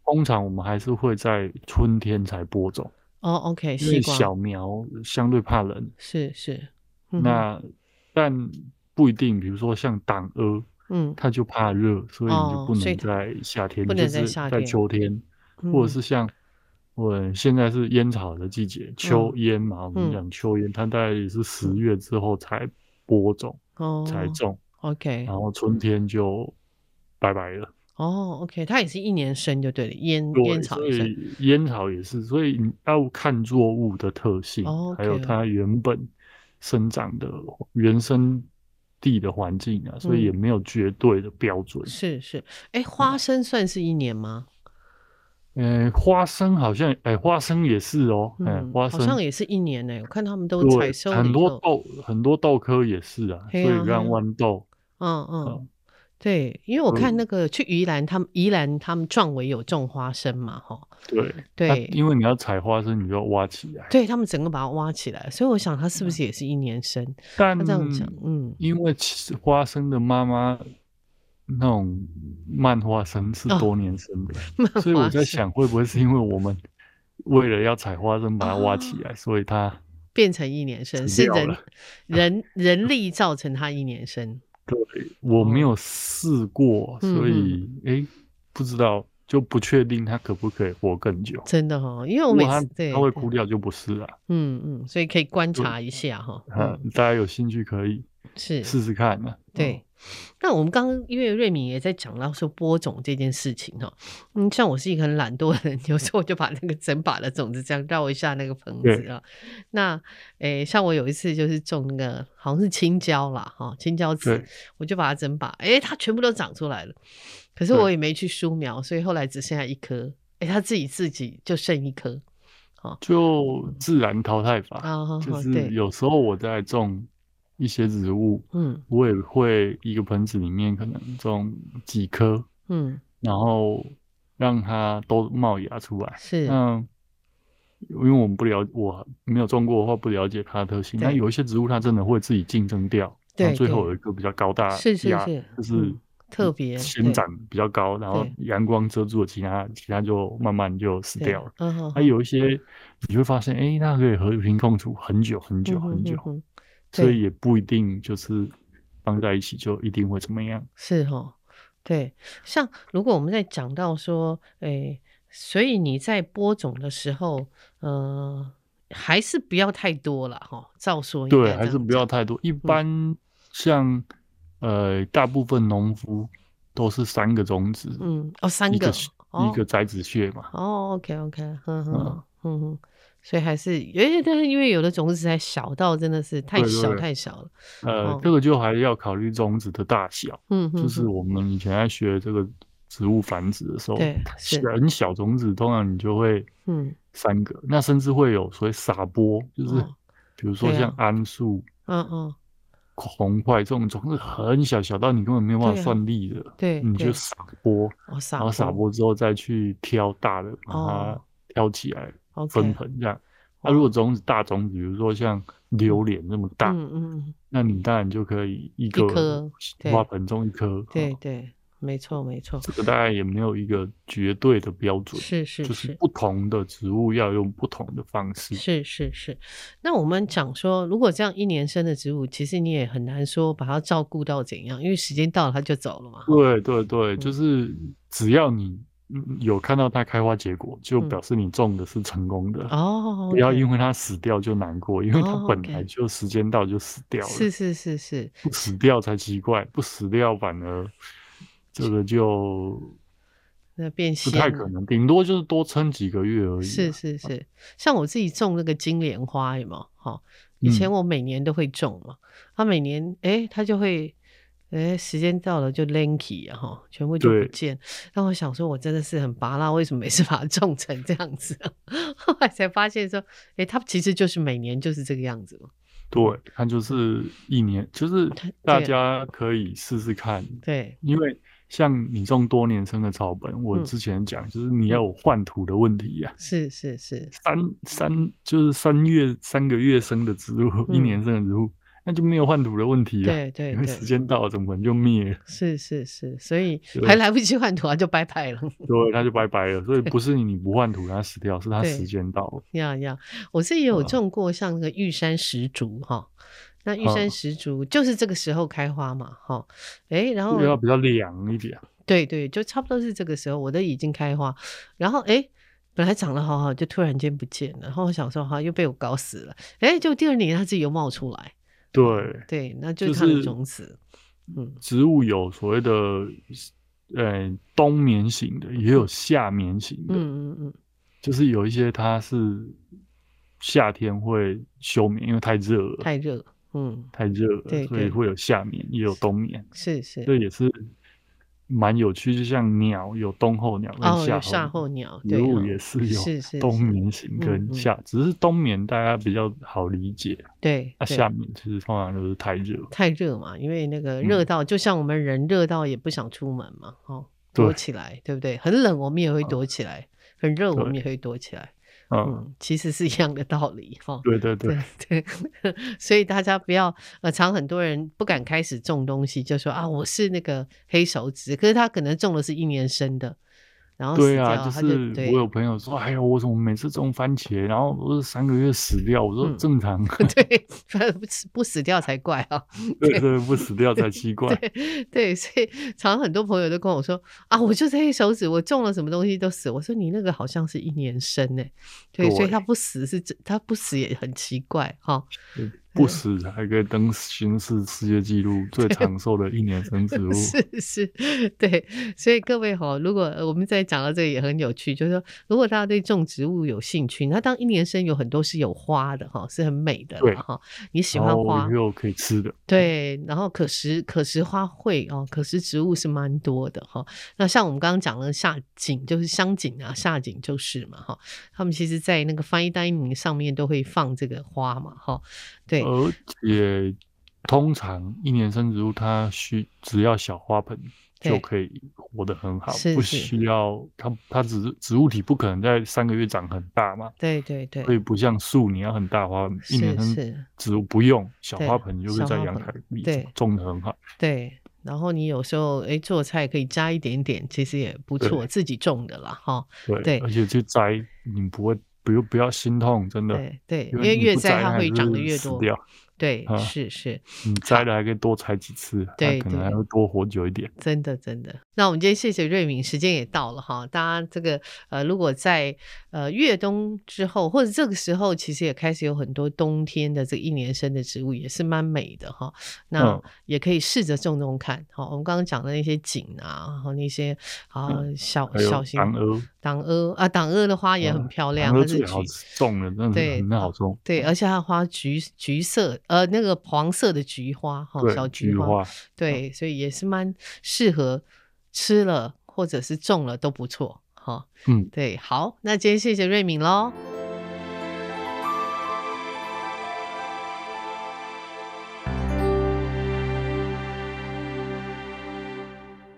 通常我们还是会在春天才播种，
哦，OK，
因
西
为
瓜
小苗相对怕冷。
是是，嗯哼
那但不一定，比如说像党鹅，
嗯
它就怕热，所以你
哦
就不
所以
能
它
在夏天，
不
你就
能在
是
夏
在
天
秋天。或者
嗯
是像我现在是烟草的季节，秋烟嘛，我
嗯
们讲秋烟，它大概也是十月之后才播种、
哦
才啊种，
，OK，
然后春天就拜拜了。
哦，OK，它也是一年生就对了，烟
对，
嗯烟草
所
也生，
以烟草也是，所以你要看作物的特性，
哦
还有
OK
它原本生长的原生地的环境啊，所以也
嗯
没有绝对的标准。
是是，
嗯
哎，花生算是一年吗？
呃，花生好像，哎、花生也是哦，哎、
嗯，
花
好
生
像也是一年呢、我看他们都采
对，
收
很
以
多
后，
豆很多豆科也是啊，所
嘿
以
啊嘿
像
啊
豌豆，
嗯嗯
嗯，
对，因为我看
嗯
那个、去宜兰，他们宜兰他们壮围有种花生嘛，哈，
对，它
对，
因为你要采花生，你就要挖起来。
对他们整个把它挖起来，所以我想他
嗯
是不是也是一年生？
但
他这样讲，嗯，
因为其实花生的妈妈那种漫画生是
哦
多年生的，
漫
所以 我
画生
在想，会不会是因为我们为了要采花生把它挖
哦
起来，所以它
变成一年生
死
是
掉
人
了
人人力造成他一年生，
对我没有试过，
嗯
所以诶不知道就不确定它可不可以活更久。
真的哈、哦，因为我
如
每
果它
次对
它会
对
枯掉就不是了、
嗯嗯，所以可以观
就
察一下哈、
嗯，大家有兴趣可以
是
试试看啊嗯嘛。
对。那我们刚刚因为瑞敏也在讲到说播种这件事情哈，嗯，像我是一个很懒惰的人，有时候我就把那个整把的种子这样绕一下那个棚子
对
啊。那诶、像我有一次就是种那个好像是青椒啦哈，青椒籽
对，
我就把它整把，诶、它全部都长出来了，可是
对
我也没去疏苗，所以后来只剩下一颗，诶、它自己自己就剩一颗
就自然淘汰法，
啊，哈
就
哈
是
对，
有时候我在种一些植物，
嗯
我也会一个盆子里面可能种几颗，
嗯
然后让它都冒芽出来。
是
那因为我们不了，我没有种过的话不了解它的特性。
对
那有一些植物它真的会自己竞争掉，
对
然后最后
对
有一个比较高大，
是是
芽
是，
就是
嗯特别
先
对
长比较高，然后
对
阳光遮住了其他，其他就慢慢就死
对
掉了。
嗯哼
还有一些你会发现，哎、它可以和平共处很久很久
嗯哼
很久，
嗯哼
所
对
以也不一定就是放在一起就一定会怎么样。
是哦，对，像如果我们在讲到说，诶，所以你在播种的时候，呃，还是不要太多了哈。照说应
对，
该
还
这
是
样
不要
讲嗯
太多。一般像呃，大部分农夫都是三个种子，
嗯哦，三
一
个
个是
哦
一个栽子穴嘛。
哦，OK OK，哼哼
嗯
哼哼，所以还是，诶，但是因为有的种子还小到真的是太
对对
小
对
太小了，
呃
哦，
这个就还要考虑种子的大小，
嗯哼
就是
哼
我们以前在学这个植物繁殖的时候，
对
小
是
很小种子通常你就会
嗯
三个，那甚至会有所谓撒播，就是
哦
比如说
对啊
像桉树、
嗯嗯，
红块这种种子很小，小到你根本没有办法
对啊
算粒的，
对
你就
对
撒播。
哦撒
然后撒
播
播之后再去挑大的，把它
哦
挑起来分
，OK，嗯哦
盆这样。那、如果种子大种子，比如说像榴莲那么大，
嗯嗯嗯，
那你当然就可以一
一
个
颗对
花盆种一颗。
对
哦
对，没错没错，
这个大概也没有一个绝对的标准，
是是
就是不同的植物要用不同的方式。
是是是，那我们讲说，如果这样一年生的植物，其实你也很难说把它照顾到怎样，因为时间到了它就走了嘛。哈
对啊对对，
嗯
就是只要你嗯有看到它开花结果，就
嗯
表示你种的是成功的。
哦，
不要
OK
因为它死掉就难过，因为它
哦
本
，OK
来就时间到就死掉了。
是是是是，
不死掉才奇怪，不死掉反而这个就
那变
不
现
太可
了。
能，顶多就是多撑几个月而已啊、
是是是，像我自己种那个金莲花，有没有？哈、以前
嗯
我每年都会种嘛，它、每年诶，它就会诶，时间到了就 lanky 啊哈、吼全部就不
对
见。那我想说，我真的是很拔拉，为什么每次把它种成这样子、啊 后来才发现说，诶，它其实就是每年就是这个样子嘛。
对，它就是一年，就是
它
大
嗯对
家可以试试看，
对，
因为像你种多年生的草本，我
嗯
之前讲就是你要有换土的问题呀、
是是是，
三三就是三月三个月生的植物， 一
嗯
年生的植物，那就没有换土的问题了。啊
对对
因为时
对，
间到了，怎么可能就灭了？
是是是，所以
对
还来不及换土啊，就拜拜了。
对，它就拜拜了。所以不是你不换土它死掉，是它
对
时间到了。
呀呀，我是也有
啊
种过像那个玉山石竹哈，那玉
啊
山石竹就是这个时候开花嘛哈，诶，然
要
后
比较凉一点，
对对，就差不多是这个时候，我的已经开花，然后诶，本来长得好好，就突然间不见了，然后我想说哈，又被我搞死了，诶，就第二年它自己又冒出来，
对，
对，那就
就是
它
是
的种子，嗯，
植物有所谓的，呃，冬眠型的，也有夏眠型的，
嗯嗯嗯，
就是有一些它是夏天会休眠，因为太热了，
太热了，嗯，
太热了，
对
所以
对
会有夏眠，也有冬眠，
是是，
这也是蛮有趣，就像鸟有冬候鸟
哦，
跟
有
夏
夏
候
候鸟，
鸟，
对
植物
哦
也是有
是是
冬
是
眠型
嗯嗯
跟夏，只是冬眠大家比较好理解，
对，
那、
对
夏眠其实通常都是太热。
太热嘛，因为那个热
嗯
到、就像我们人热到也不想出门嘛，哦，
对嗯
躲起来，对不对？很冷我们也会躲起来，很热我
对
们也会躲起来，
嗯，
嗯，其实是一样的道理哈。哦
对对对，
对， 对所以大家不要呃，常很多人不敢开始种东西，就说啊，我是那个黑手指，可是他可能种的是一年生的，然后死
对
掉，
啊，就
他
是
对
我有朋友说，哎呀，我怎么每次种番茄，然后都是三个月死掉？我说
嗯
正常，
对， 不死不死掉才怪啊。
对对，不死掉才奇怪。
对，所以常常很多朋友都跟我说啊，我就是黑手指，我种了什么东西都死。我说你那个好像是一年生呢、对，所以
对
他不死是真，他不死也很奇怪哈、
不死还可以登新世世界纪 录，最长寿的一年生植 物。
是是，对，所以各位哈、如果呃我们在讲到这里也很有趣，就是说，如果大家对种植物有兴趣，那当一年生有很多是有花的哈、是很美的
对哦
啦哈、你喜
然
欢
后
花，
又可以吃的，
对，然后可食可食花卉哦，可食植物是蛮多的哈、那像我们刚刚讲的夏景，就是香景啊，夏景就是嘛哈、他们其实在那个 fine dining 上面都会放这个花嘛哈、对，
而且通常一年生植物它需只要小花盆
对
就可以活得很好，
是
不
是
需要它它只是植物体不可能在三个月长很大嘛，
对对对
所以不像树你要很大花盆，
是
一年
是
生植物不用小
对
花盆就是
小
在
花
阳
盆
台里
对
种的很好，
对。然后你有时候哎做菜可以加一点点，其实也不
对
错，自己种的啦哈、
对，
对
而且去摘你不会不用不要心痛，真的，
对对，因为
你
越
不
摘它
还
会长
是
得越
死
多。
掉
对，
啊
是是。
你摘了还可以多采几次，它
对
可能还
对
会多活久一点。
真的，真的。那我们今天谢谢瑞敏，时间也到了哈。大家这个呃，如果在呃越冬之后，或者这个时候，其实也开始有很多冬天的这个一年生的植物，也是蛮美的哈。那
嗯
也可以试着种种看。好，我们刚刚讲的那些锦啊，然后那些啊
嗯
小
还有
小型
党鹅，
党鹅啊，党鹅的花也很
嗯
漂亮，
党鹅
它是
最好嗯
橘
种了，真的
对哦
是很好种。
对，而且它的花橘橘色，呃，那个黄色的菊花哈，
对，
哦小
菊
花，
花，
对，所以也是蛮适合吃了或者是种了都不错哈、
嗯，
对，好，那今天谢谢瑞敏喽。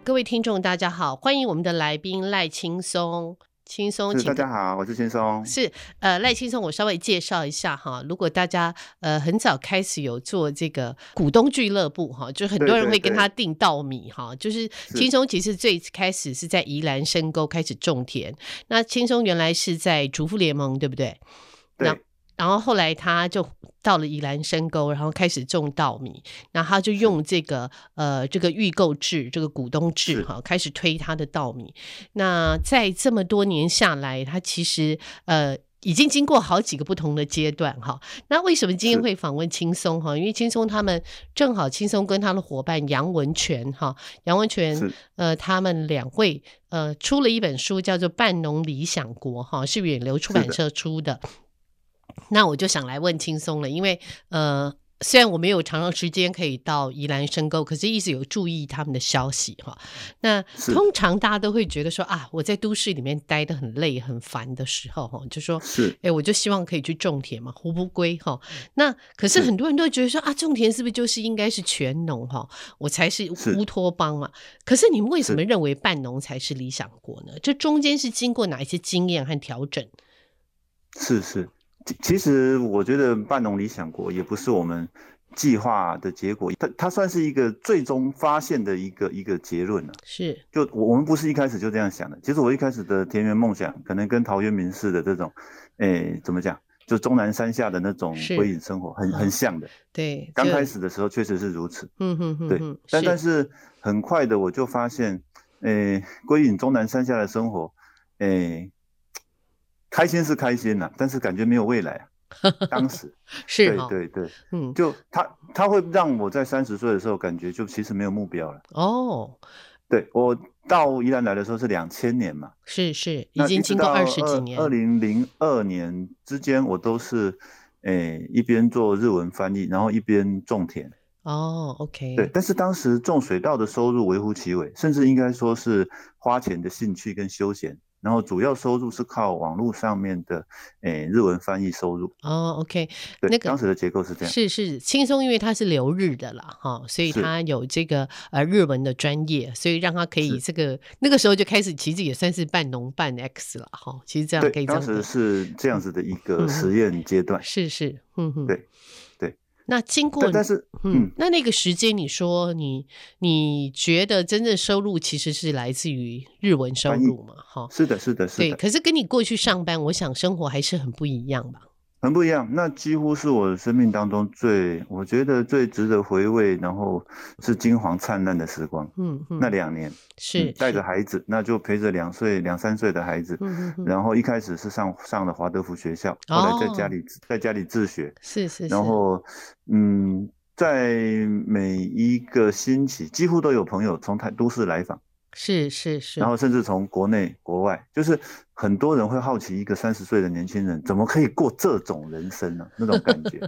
各位听众，大家好，欢迎我们的来宾赖青松。轻松，
是
请
大家好，我是轻松。
是呃，赖青松，我稍微介绍一下哈。如果大家呃很早开始有做这个股东俱乐部哈，就很
对
多人
对
会跟
对
他订稻米哈。就是青松其实最开始是在宜兰深沟开始种田，那青松原来是在竹富联盟，对不对？那
对
然后后来他就到了宜兰深沟，然后开始种稻米。那他就用这个呃这个预购制，这个股东制
是
哈，开始推他的稻米。那在这么多年下来，他其实呃。已经经过好几个不同的阶段哈，那为什么今天
是
会访问轻松哈？因为轻松他们正好轻松跟他的伙伴杨文全哈，杨文全
是
呃他们两位呃出了一本书叫做《半农理想国》哈，是远流出
是
版
的
社出的。那我就想来问轻松了，因为呃，虽然我没有常常时间可以到宜兰深沟，可是一直有注意他们的消息哈。那
是
通常大家都会觉得说啊，我在都市里面待得很累很烦的时候哈，就说。
是
哎，我就希望可以去种田嘛，胡不归哈。那可是
嗯是
很多人都觉得说啊，种田是不是就是应该是全农哈，我才是
是
乌托邦嘛？可是你们为什
是
么认为半农才是理想国呢？这中间是经过哪一些经验和调整？
是是，其其实我觉得半农理想国也不是我们计划的结果，它它算是一个最终发现的一个一个结论了、
是
就我我们不是一开始就这样想的，其实我一开始的田园梦想，可能跟陶渊明式的这种，诶、怎么讲，就终南山下的那种
是
归隐生活很很像的。
对，
刚
就
开，始的时候确实是如此。
嗯哼哼
对
哼，
但但是很快的我就发现，诶、归隐终南山下的生活，诶、开心是开心呐、但是感觉没有未来、 啊。当时，
是
对
哈，
对对，
嗯，
就他他会让我在三十岁的时候感觉就其实没有目标了。
哦，
对我到宜兰来的时候是两千年嘛，
是是，已
那
经
一直
经过
到
二十几年，
二零零二年之间，我都是诶、一边做日文翻译，然后一边种田。
哦，OK，
对，但是当时种水稻的收入微乎其微，甚至应该说是花钱的兴趣跟休闲，然后主要收入是靠网络上面的诶、日文翻译收入。
哦，OK，
对，
那个
当时的结构是这样。
是是轻松，因为他是留日的啦，哈，所以
是
他有这个呃日文的专业，所以让他可以
是
这个那个时候就开始，其实也算是半农半 X 了，哈，其实这样可
对，
以这
当
样
时
子，
是这样子的一
嗯
个
嗯
实验阶段。
是是，嗯哼，
对对。
那经过
但但是，
嗯
嗯，
那那个时间，你说你你觉得真正收入其实是来自于日文收
翻译
入嘛？哈，
是的，是的，是
对。
的，
可是跟你过去上班，我想生活还是很不一样吧？
很不一样。那几乎是我生命当中最，我觉得最值得回味，然后是金黄灿烂的时光。
嗯嗯，
那两年，
是
嗯带着
是
孩子，那就陪着两岁、两三岁的孩子。
嗯嗯嗯，
然后一开始是上上了华德福学校，后来在
哦
家里、在家里自学，
是是是，
然后嗯，在每一个星期几乎都有朋友从台都市来访，
是是是，
然后甚至从国内国外，就是很多人会好奇一个三十岁的年轻人怎么可以过这种人生呢、那种感觉，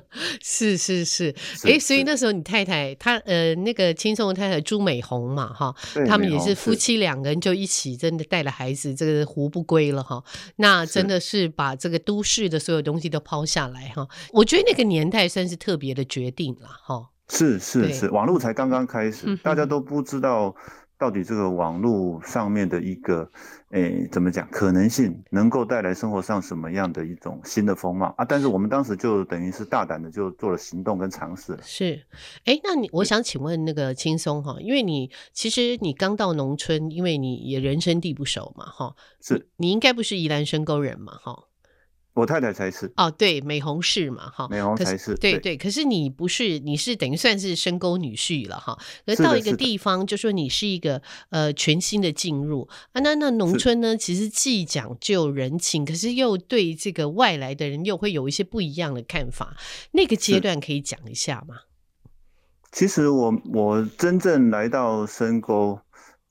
是是是，哎，所以那时候你太太她呃那个轻松的太太朱美红嘛哈，
对
他们
美
也
容
是夫妻两个人就一起真的带了孩子，这个胡不归了哈。那真
是
的是把这个都市的所有东西都抛下来哈。我觉得那个年代算是特别的决定了哈。
是是
对
是，网络才刚刚开始，
嗯哼
大家都不知道到底这个网络上面的一个，诶，怎么讲，可能性能够带来生活上什么样的一种新的风貌啊？但是我们当时就等于是大胆的就做了行动跟尝试了。
是，哎，那你我想请问那个轻松哈，因为你其实你刚到农村，因为你也人生地不熟嘛哈，
是
你应该不是宜兰深沟人嘛哈？
我太太才是，
哦，对，美红市嘛哈，
美容
可
才是，
对对，可是你不是，你是等于算是深沟女婿了哈。可
是
到
的
一个
是的
地方，就说你是一个呃全新的进入啊，那那农
是
村呢，其实既讲究人情，可是又对这个外来的人又会有一些不一样的看法。那个阶
是
段可以讲一下吗？
其实我我真正来到深沟，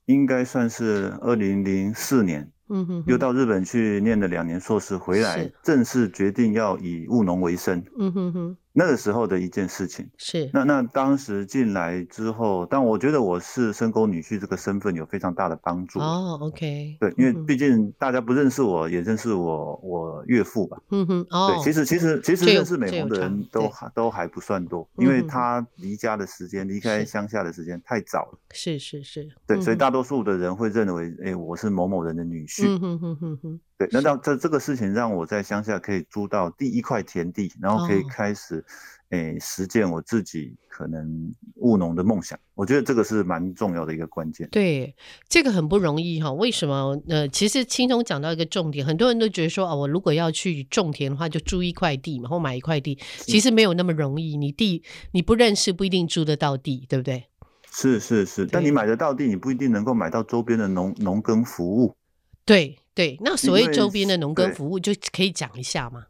应该算是二零零四年，
嗯哼
又
哼，
到日本去念了两年硕士，回来
是
正式决定要以务农为生，
嗯哼哼，
那个时候的一件事情。
是
那那当时进来之后，但我觉得我是深沟女婿这个身份有非常大的帮助。
哦，OK，
对，因为
嗯哼
毕竟大家不认识我，也认识我我岳父吧。
嗯哼，哦，
对，其实其实其实
这有
认识美
这有
红的人
差对
都还都还不算多，
嗯
因为
嗯嗯
他离家的时间、离开
是
乡下的时间太早了。
是是是，
对，所以
嗯哼
大多数的人会认为，哎，我是某某人的女婿。
嗯哼哼哼哼，
对，那
是
到这这个事情让我在乡下可以租到第一块田地，然后可以
哦
开始，诶、实践我自己可能务农的梦想。我觉得这个是蛮重要的一个关键。
对，这个很不容易哈。为什么？呃，其实青松讲到一个重点，很多人都觉得说啊，我如果要去种田的话，就租一块地嘛，或买一块地，其实没有那么容易。你地你不认识，不一定租得到地，对不对？
是是是，但
对
你买得到地，你不一定能够买到周边的农农耕服务，
对对，那所谓
因为
周边的农耕
对
服务，就可以讲一下嘛。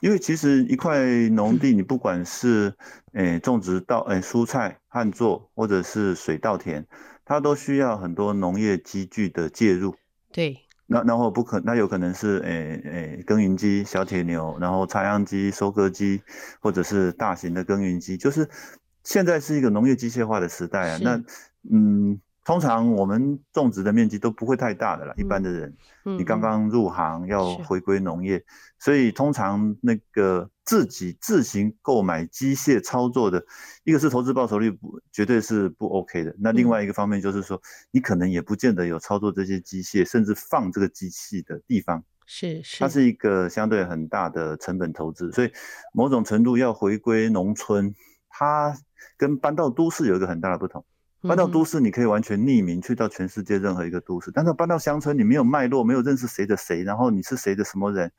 因为其实一块农地，你不管是诶、种植稻、诶、蔬菜、旱作，或者是水稻田，它都需要很多农业机具的介入。
对，
那然后不可，那有可能是诶诶耕耘机、小铁牛，然后插秧机、收割机，或者是大型的耕耘机。就是现在是一个农业机械化的时代啊。
是
那嗯，通常我们种植的面积都不会太大的啦，一般的人，
嗯，
你
嗯
刚刚入行要
是
回归农业，所以通常那个自己自行购买机械操作的，一个是投资报酬率不绝对是不 OK 的，那另
嗯
外一个方面就是说，你可能也不见得有操作这些机械，甚至放这个机器的地方，
是是
它是一个相对很大的成本投资，所以某种程度要回归农村，它跟搬到都市有一个很大的不同。搬到都
嗯
市，你可以完全匿名去到全世界任何一个都市，但是搬到乡村，你没有脉络，没有认识谁的谁，然后你是谁的什么人，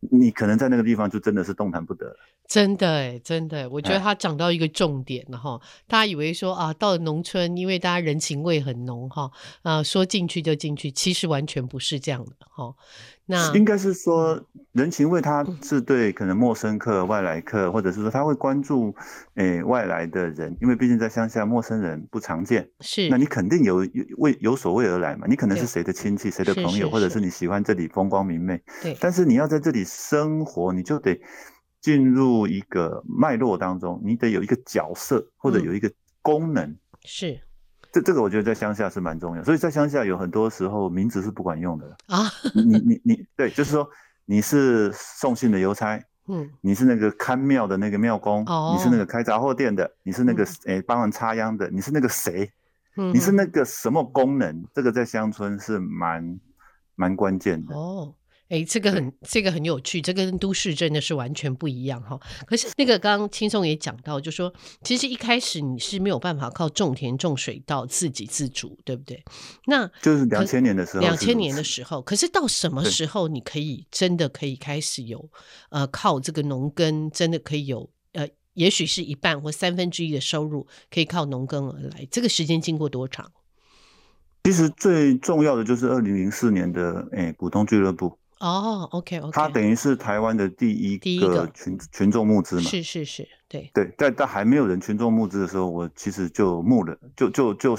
你可能在那个地方就真的是动弹不得了。
真的哎，真的欸，我觉得
哎
他讲到一个重点了哈。大家以为说啊，到了农村，因为大家人情味很浓哈，啊，说进去就进去，其实完全不是这样的哈。那嗯
应该是说，人情味它是对可能陌生客、外来客，或者是说他会关注，诶、外来的人，因为毕竟在乡下陌生人不常见，
是
那你肯定有有为有所谓而来嘛，你可能是
对
谁的亲戚、谁的
是
朋
是
友，或者
是
是你喜欢这里风光明媚，
对
但是你要在这里生活，你就得进入一个脉络当中，你得有一个角色或者
嗯
有一个功能。
是
这这个我觉得在乡下是蛮重要，所以在乡下有很多时候名字是不管用的。
啊，
你你你，对，就是说你是送信的邮差，
嗯
你是那个看庙的那个庙公，
哦
你是那个开杂货店的，你是那个
嗯
诶、帮人插秧的，你是那个谁，
嗯，
你是那个什么功能？这个在乡村是蛮蛮关键的。
哦，哎，这个很这个很有趣，这跟都市真的是完全不一样哈、可是那个刚刚青松也讲到，就说其实一开始你是没有办法靠种田种水稻自给自足，对不对？那
就是两千年的时候，
两千年的时候，可是到什么
对
时候你可以真的可以开始有呃靠这个农耕，真的可以有呃，也许是一半或三分之一的收入可以靠农耕而来，这个时间经过多长？
其实最重要的就是二零零四年的诶股东俱乐部，
哦，OK OK，
它等于是台湾的第
第一
一个
个
群群众募资嘛。
是是是，对，
对，在在还没有人群众募资的时候，我其实就募了，就就就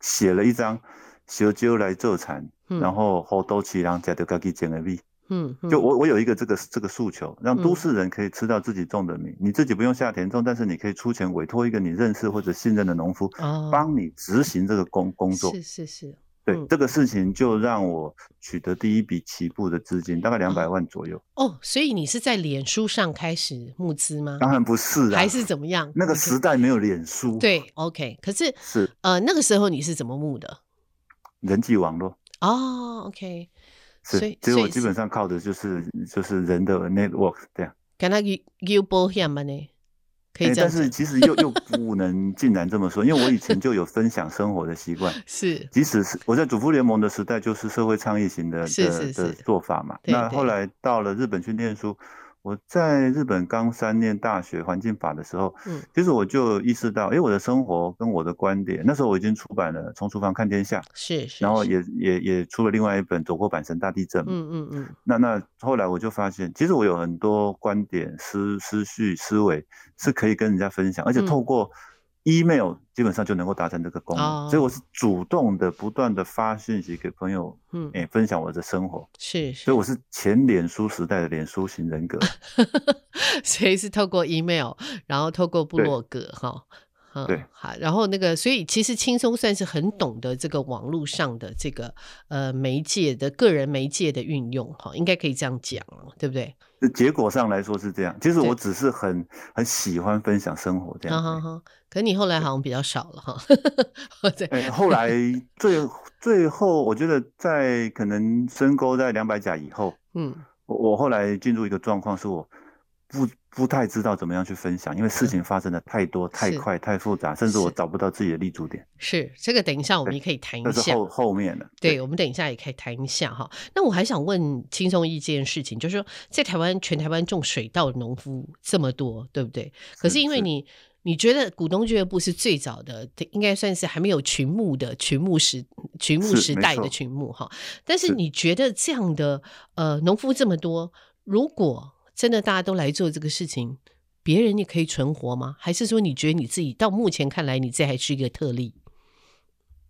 写了一张《小酒来做产》，
嗯
然后后都起人家的家己捡的米。
嗯，嗯
就我我有一个这个这个诉求，让
嗯
都市人可以吃到自己种的米，你自己不用下田种，但是你可以出钱委托一个你认识或者信任的农夫，
哦
帮你执行这个工工作。
是是是，
对
嗯
这个事情，就让我取得第一笔起步的资金，大概两百万左右。
哦，所以你是在脸书上开始募资吗？
当然不是啊，
还是怎么样？
那个
OK
时代没有脸书，，
对，OK。可是
是
呃，那个时候你是怎么募的？
人际网络。
哦，OK，
是
所以，
其实
所
我
以
基
是
本上靠的就是就是人的 network 这样。
跟他 you you b o h i m 呢？可以
诶
这样
哎但
子
是，其实又又不能 竟然这么说，因为我以前就有分享生活的习惯，
是
即使是我在主妇联盟的时代，就是社会倡议型的
是是
的的
是
做法嘛。
对
那
对
后来到了日本去念书，我在日本冈山念大学环境法的时候，
嗯
其实我就意识到，诶，我的生活跟我的观点，那时候我已经出版了《从厨房看天下》，
是是，
然后
是
也也也出了另外一本《走过阪神大地震》嘛。
嗯嗯嗯
那那后来我就发现，其实我有很多观点、思思绪、思维是可以跟人家分享，而且
嗯
透过 email 基本上就能够达成这个功能。
哦
所以我是主动的、不断的发讯息给朋友，
嗯，
哎、分享我的生活。
是是
所以，我是前脸书时代的脸书型人格。
所以是透过 email，然后透过部
对
落格哈。嗯
对，
好，然后那个，所以其实轻松算是很懂得这个网络上的这个呃媒介的个人媒介的运用哈，应该可以这样讲，哦对不对？
那结果上来说是这样，其实
对
我只是很很喜欢分享生活这
哈
样。
哈哈。可你后来好像比较少了哈， 对，
哎、后来最最后，我觉得在可能深沟在两百甲以后，
嗯，
我我后来进入一个状况，是我不不太知道怎么样去分享，因为事情发生的太多、太
嗯是
快、太复杂，甚至我
是
找不到自己的立足点。
是这个，等一下我们
对
也可以谈一
那是
下。
后后面的。
对，我们等一下也可以谈一下哈。那我还想问轻松一件事情，就是说在台湾全台湾种水稻的农夫这么多，对不对？可是因为
是
你你觉得股东俱乐部是最早的，应该算是还没有群募的群募时群募
是
时
没
代的
错
群募哈。但是
是
你觉得这样的呃农夫这么多，如果真的大家都来做这个事情，别人也可以存活吗？还是说你觉得你自己到目前看来，你这还是一个特例？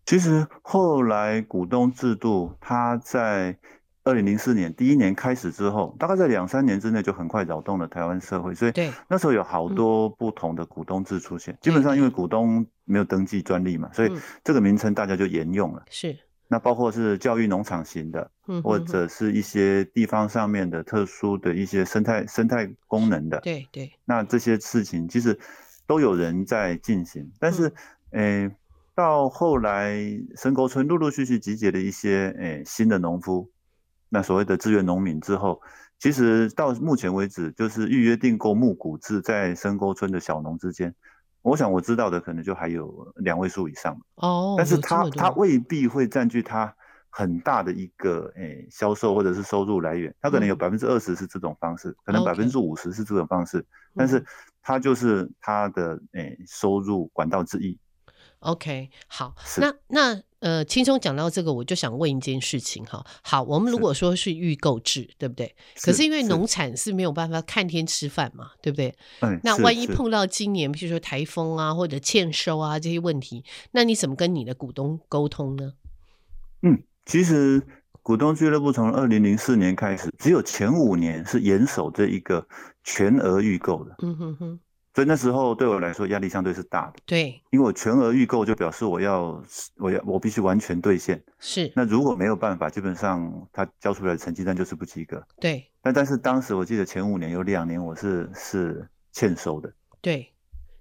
其实后来股东制度，它在二零零四年第一年开始之后，大概在两三年之内就很快扰动了台湾社会，所以
对，
那时候有好
嗯
多不同的股东制出现。基本上因为股东没有登记专利嘛，所以
嗯
这个名称大家就沿用了。
是，
那包括是教育农场型的，
嗯哼哼，
或者是一些地方上面的特殊的一些生态生态功能的，
对对，
那这些事情其实都有人在进行，但是，
嗯
诶、到后来深沟村陆陆续续集结了一些诶、新的农夫，那所谓的志愿农民之后，其实到目前为止，就是预约订购牧谷制在深沟村的小农之间，我想我知道的可能就还有两位数以上。
哦，
但是
有这
它
么
它
多
未必会占据它很大的一个诶销售或者是收入来源，它可能有
嗯
百分之二十是这种方式，可能
OK
百分之五十是这种方式，但是
嗯
它就是它的诶收入管道之一。
OK，好，
是
那那呃，轻松讲到这个，我就想问一件事情哈。好，我们如
是
果说是预购制，对不对？可是因为农产是没有办法看天吃饭嘛，对不对？
嗯
那
是
万一
是
碰到今年，譬如说台风啊，或者欠收啊这些问题，那你怎么跟你的股东沟通呢？
嗯，其实股东俱乐部从二零零四年开始，只有前五年是严守这一个全额预购的，
嗯哼哼，
所以那时候对我来说压力相对是大的，
对，
因为我全额预购就表示我要我要我必须完全兑现，
是，
那如果没有办法，基本上他交出来的成绩单就是不及格。
对
但但是当时我记得前五年有两年我是是欠收的，
对，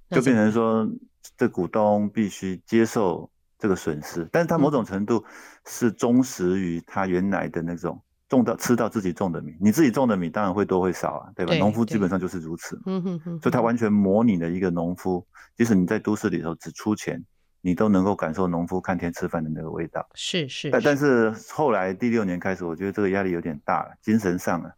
那
就变
怎么
成说这股东必须接受这个损失，但是他某种程度是忠实于他原来的那种种到吃到自己种的米，你自己种的米当然会多会少啊，对吧？
对
农夫基
对
本上就是如此，
嗯哼哼，
所以他
哼
完全模拟了一个农夫，即使你在都市里头只出钱，你都能够感受农夫看天吃饭的那个味道。
是是，
但但是后来第六年开始，我觉得这个压力有点大了，精神上了，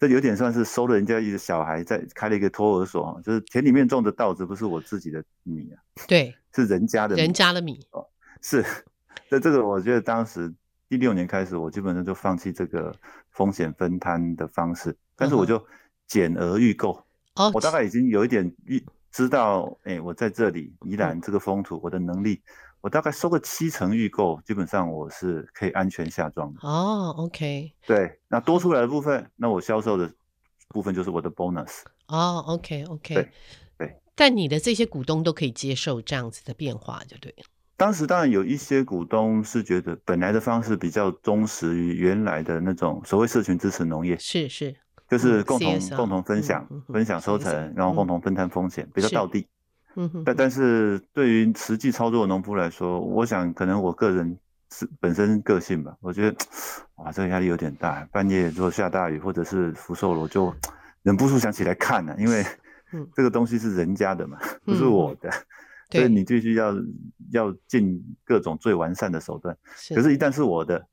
这有点算是收了人家一个小孩，在开了一个托儿所，就是田里面种的稻子不是我自己的米啊，
对
是人哦家的米，
人家的米，
是。这这个我觉得当时第六年开始，我基本上就放弃这个风险分摊的方式，但是我
嗯哼
就减额预购，
哦，
我大概已经有一点预知道，哎，我在这里宜兰
嗯
这个风土，我的能力，我大概收个七成预购，基本上我是可以安全下庄的。
哦，OK，
对，那多出来的部分，那我销售的部分就是我的 bonus。
哦，OK OK，
对对
但你的这些股东都可以接受这样子的变化，就对了，
当时当然有一些股东是觉得本来的方式比较忠实于原来的那种所谓社群支持农业，
是是，
就是
嗯
共同
CSR
共同分享
嗯嗯、嗯
分享收
CSR
成，然后
嗯
共同分摊风险，比较
是
到地。
嗯哼，
但但是对于实际操作的农夫来说，我想可能我个人是本身个性吧，我觉得哇，这个压力有点大。半夜如果下大雨或者是福寿螺，就忍不住想起来看呢、因为
嗯
这个东西是人家的嘛， 不是
嗯
我的，所以
对，
你必须要要尽各种最完善的手段。
是
可是，一旦是我的，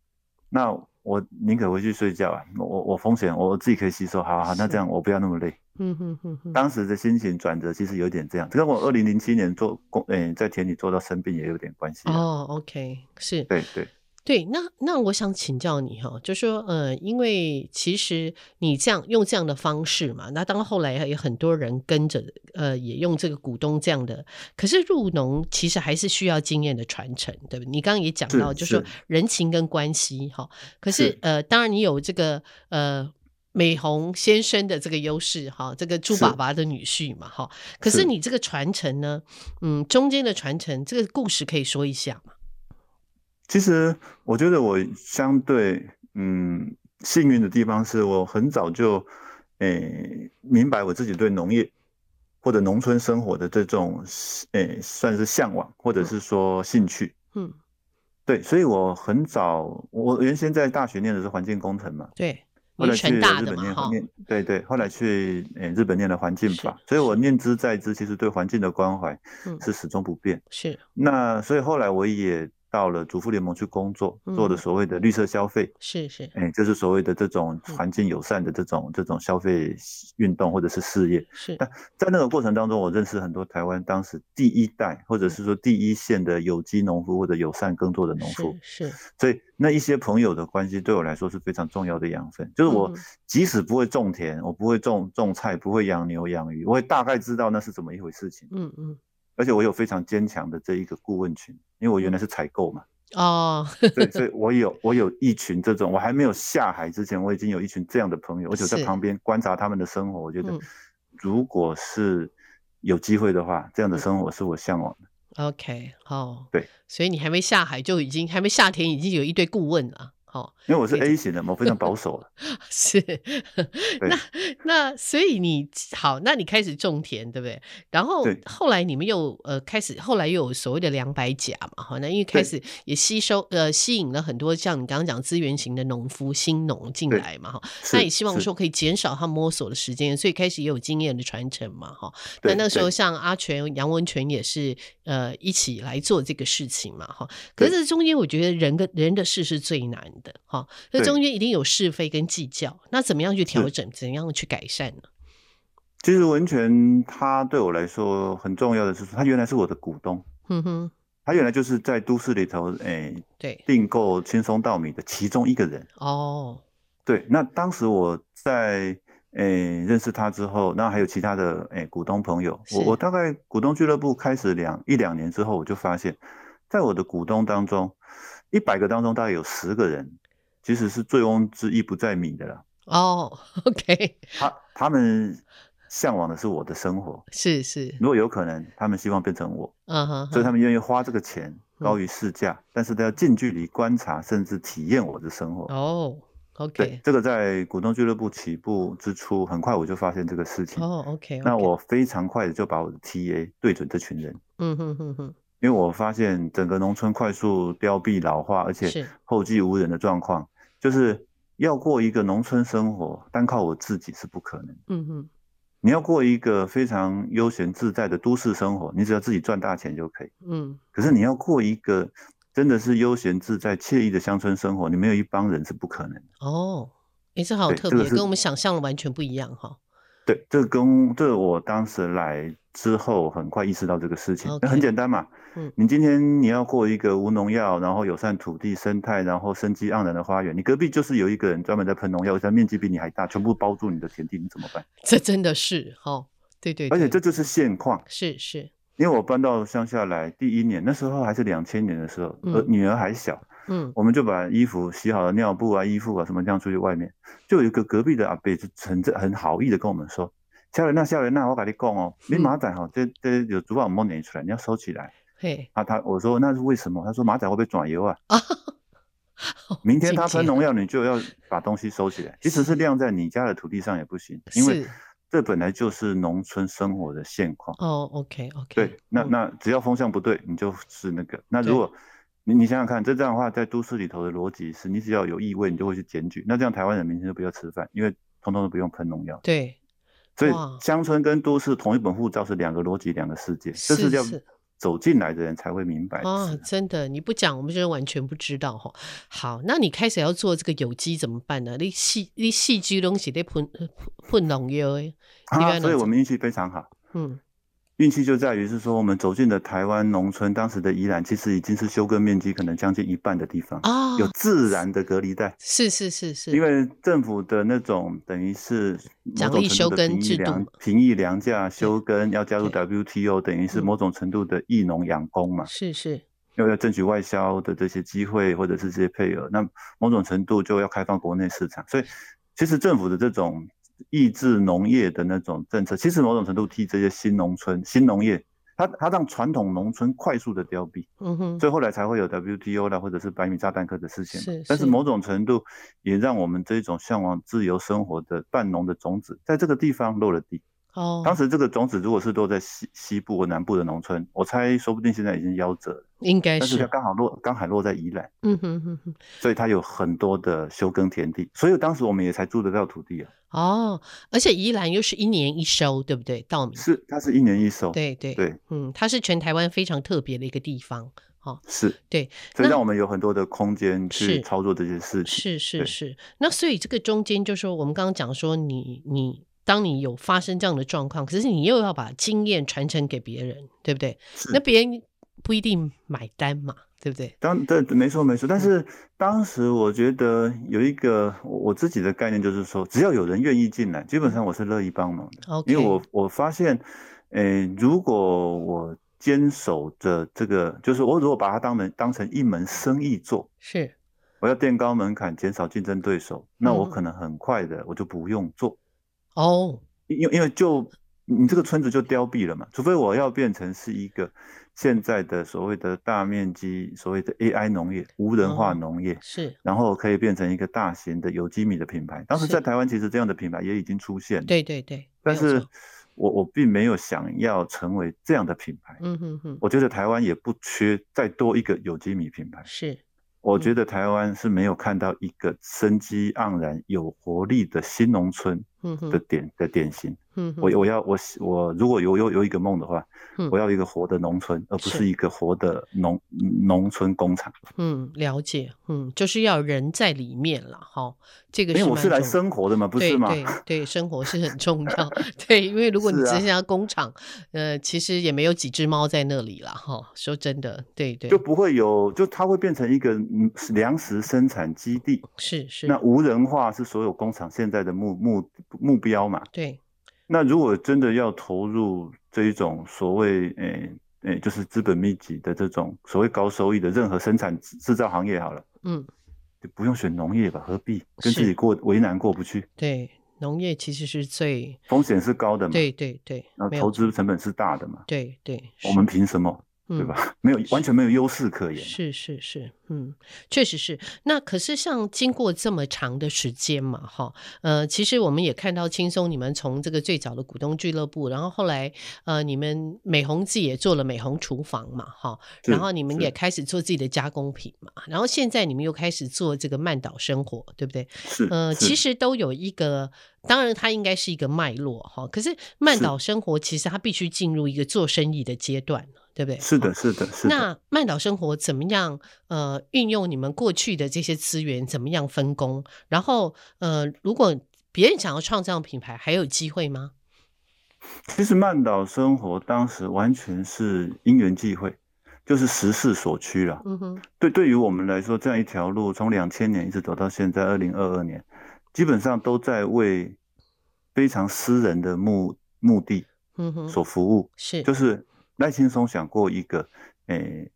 那我宁可回去睡觉啊，我我我风险我自己可以吸收。好好好，那
是
这样我不要那么累。
嗯哼哼哼，
当时的心情转折其实有点这样，这跟我二零零七年做工，诶、在田里做到生病也有点关系啊、
哦，OK，是，
对对，
对，那那我想请教你哈、就说呃，因为其实你这样用这样的方式嘛，那当然后来也很多人跟着，呃，也用这个股东这样的，可是入农其实还是需要经验的传承，对不对？你刚刚也讲
是
到，就说
是
人情跟关系哈、可是
是
呃，当然你有这个呃。美红先生的这个优势哈，这个猪
是
爸爸的女婿嘛哈，可是
是
你这个传承呢，嗯，中间的传承这个故事可以说一下嘛？
其实我觉得我相对嗯幸运的地方是我很早就诶、明白我自己对农业或者农村生活的这种诶、算是向往或者是说兴趣。
嗯，
对，所以我很早，我原先在大学念的是环境工程嘛，
对，
后来
你
去
成
了
大
日
的
本
嘛
念
哈，
念，对对，后来去诶、日本念了环境
是
法，所以我念之在之，其实对环境的关怀
嗯
是始终不变。
是
那所以后来我也到了主妇联盟去工作，做的
嗯
所谓的绿色消费，
是是
诶、就是所谓的这种
嗯
环境友善的这种这种消费运动或者是事业。
是，
在那个过程当中，我认识很多台湾当时第一代
嗯
或者是说第一线的有机农夫或者友善耕作的农夫。
是是
所以那一些朋友的关系对我来说是非常重要的养分。就是我
嗯
即使不会种田，我不会种种菜，不会养牛养鱼，我会大概知道那是怎么一回事情。
嗯嗯
而且我有非常坚强的这一个顾问群，因为我原来是采 购嘛，
哦，
对，所以我有我有一群这种，我还没有下海之前，我已经有一群这样的朋友，而且我在
是
旁边观察他们的生活，我觉得
嗯
如果是有机会的话，这样的
嗯
生活是我向往的。
OK 哦，
对，
所以你还没下海就已经还没下田已经有一堆顾问了。哦，
因为我是
对
A 型的嘛，我非常保守了。
是，那那所以你好，那你开始种田，对不对？然后
对
后来你们又呃开始，后来又有所谓的两百甲嘛，哈，那因为开
对
始也吸收呃吸引了很多像你刚刚讲资源型的农夫新农进
对
来嘛，哈，
是
那也希望
是
说可以减少他摸索的时间，所以开始也有经验的传承嘛，哈。那
对
那时
对
候像阿全、杨文全也是呃一起来做这个事情嘛，哈。可是
对
这中间我觉得人跟人的事是最难的，哈。这
对
中间一定有是非跟计较，那怎么样去调整，怎样去改善呢？
其实文泉他对我来说很重要的是说，他原来是我的股东，
哼嗯哼，
他原来就是在都市里头诶
对，
订购轻松稻米的其中一个人。
哦，
对，那当时我在诶认识他之后，那还有其他的诶股东朋友，我
是
我大概股东俱乐部开始两一两年之后，我就发现，在我的股东当中，一百个当中大概有十个人其实是醉翁之意不在米的啦。
哦，OK，
他他们向往的是我的生活，
是是，
如果有可能，他们希望变成我，
嗯哼
所以
哼，
他们愿意花这个钱
嗯
高于市价，但是他要近距离观察甚至体验我的生活。
哦
对
，OK，，
这个在股东俱乐部起步之初，很快我就发现这个事情。
哦，OK，
那我非常快的就把我的 TA 对准这群人，
嗯哼哼哼，
因为我发现整个农村快速凋敝老化，而且
是
后继无人的状况，就是要过一个农村生活，单靠我自己是不可能的。
嗯哼，
你要过一个非常悠闲自在的都市生活，你只要自己赚大钱就可以。
嗯，
可是你要过一个真的是悠闲自在、惬意的乡村生活，你没有一帮人是不可能的。
哦，诶，这好
对
特
这个
别，
是
跟我们想象的完全不一样哈。
对，这跟这我当时来之后很快意识到这个事情，那
OK
很简单嘛。
嗯
你今天你要过一个无农药，然后友善土地生态，然后生机盎然的花园，你隔壁就是有一个人专门在喷农药，而且他面积比你还大，全部包住你的田地，你怎么办？
这真的是哦，对对
而
对，
且这就是现况。
是是，
因为我搬到乡下来第一年，那时候还是两千年的时候，
嗯
呃，女儿还小，
嗯，
我们就把衣服洗好了，尿布啊、衣服啊什么这样出去外面，就有一个隔壁的阿伯就很很好意的跟我们说：“小人呐、小人呐、我跟你讲哦，你
嗯
马仔哈、这这有竹网膜粘出来，你要收起来。
嘿，”
啊，他我说那是为什么？他说马仔会被转油啊，
啊，
明天他
境
喷
界
农药，你就要把东西收起来，即使是晾在你家的土地上也不行，因为
是
这本来就是农村生活的现况。
哦，OK 嗯 OK，
对，那那只要风向不对，你就是那个。那
对
如果你你想想看，这这样的话，在都市里头的逻辑是，你只要有异味，你就会去检举。那这样台湾人明天就不要吃饭，因为通通都不用喷农药。
对，
所以
哇
乡村跟都市同一本护照是两个逻辑，两个世界，这
是
是要
是
走进来的人才会明白的
啊，
事。
真的，你不讲，我们真的完全不知道哈。好，那你开始要做这个有机怎么办呢？你细你细菌东西得喷喷喷农药的，你要
啊，
弄
所以我
这
们运气非常好。
嗯，
运气就在于是说，我们走进了台湾农村，当时的宜兰其实已经是休耕面积可能将近一半的地方，
啊，
有自然的隔离带。
是是是是，
因为政府的那种等于是某
奖
种
励
程
休
度的
耕
平
制
抑
度
粮
嘛
平抑粮价休耕，要加入
对
WTO，等于是
嗯
某种程度的益农养工嘛，
是是
因为要争取外销的这些机会或者是这些配额，那某种程度就要开放国内市场，所以其实政府的这种抑制农业的那种政策，其实某种程度替这些新农村、新农业，它它让传统农村快速的凋敝。
嗯哼，
所以后来才会有 WTO 啦，或者是百米炸弹客的事情嘛。
是
但是
是
某种程度也让我们这种向往自由生活的半农的种子，在这个地方落了地。
哦，
当时这个种子如果是落在西西部或南部的农村，我猜说不定现在已经夭折了。
应该
但是它
是，
刚好落刚好落在宜兰，
嗯哼哼哼，
所以它有很多的休耕田地，所以当时我们也才租得到土地啊。
哦，而且宜兰又是一年一收，对不对？稻米，
是，它是一年一收。
嗯对对
对，
嗯，它是全台湾非常特别的一个地方，
是，
对，
所以
那
让我们有很多的空间去
是
操作这些事情。
是是
对
是，那所以这个中间就是说我们刚刚讲说你你。当你有发生这样的状况，可是你又要把经验传承给别人，对不对？
是
那别人不一定买单嘛，对不对？
当对，没错没错。
嗯
但是当时我觉得有一个我我自己的概念，就是说，只要有人愿意进来，基本上我是乐意帮忙的，
OK，
因为我我发现，诶、如果我坚守着这个，就是我如果把它当门当成一门生意做，
是
我要垫高门槛，减少竞争对手，那我
嗯
可能很快的我就不用做，
哦，
因为因为就你这个村子就凋敝了嘛，除非我要变成是一个现在的所谓的大面积所谓的 AI 农业、无人化
哦
农业，
是
然后可以变成一个大型的有机米的品牌。当时
是
在台湾其实这样的品牌也已经出现了，
对对对，
但
没有
是
错
我我并没有想要成为这样的品牌。
嗯哼哼，
我觉得台湾也不缺再多一个有机米品牌。
是
我
嗯
觉得台湾是没有看到一个生机盎然、有活力的新农村
嗯
的
哼，
典的典型。
嗯哼
我我要我我如果有有有一个梦的话
嗯，
我要一个活的农村，而不
是
是一个活的农农村工厂。
嗯了解，嗯，就是要人在里面了哈，这个
因为
是
我
蛮
是来
重
生活的嘛，不是
对
吗？
对对，生活是很重 要。对，因为如果你
是
只
啊
剩下工厂，呃，其实也没有几只猫在那里了哈。说真的，对对
就，不会有，就它会变成一个嗯粮食生产基地。
是是，
那无人化是所有工厂现在的目目目标嘛？
对
那如果真的要投入这一种所谓诶诶、就是资本密集的这种所谓高收益的任何生产制造行业好了，
嗯
就不用选农业吧，何必跟自
是
己过为难过不去？
对，农业其实是最
风险是高的嘛，
对对对，
然
没有
后投资成本是大的嘛，
对对，嗯
我们凭什么？
对
对？吧？没有完全没有优势可言。
是是是，嗯，确实是。那可是像经过这么长的时间嘛，哈，呃，其实我们也看到轻松你们从这个最早的股东俱乐部，然后后来呃，你们美红自己也做了美红厨房嘛，哈，然
是
后你们
是
也开始做自己的加工品嘛，然后现在你们又开始做这个曼岛生活，对不对？
是，
呃，
是
其实都有一个，当然它应该是一个脉络哈。可是曼
是
岛生活其实它必须进入一个做生意的阶段了，对不对？
是的，是的，是的。
那曼岛生活怎么样？呃，运用你们过去的这些资源，怎么样分工？然后，呃，如果别人想要创造品牌，还有机会吗？
其实曼岛生活当时完全是因缘际会，就是时势所趋了。
嗯哼，
对，对于我们来说，这样一条路从两千年一直走到现在二零二二年，基本上都在为非常私人的目目的
嗯哼，
所服务。
是，
就是赖青松想过一个，诶、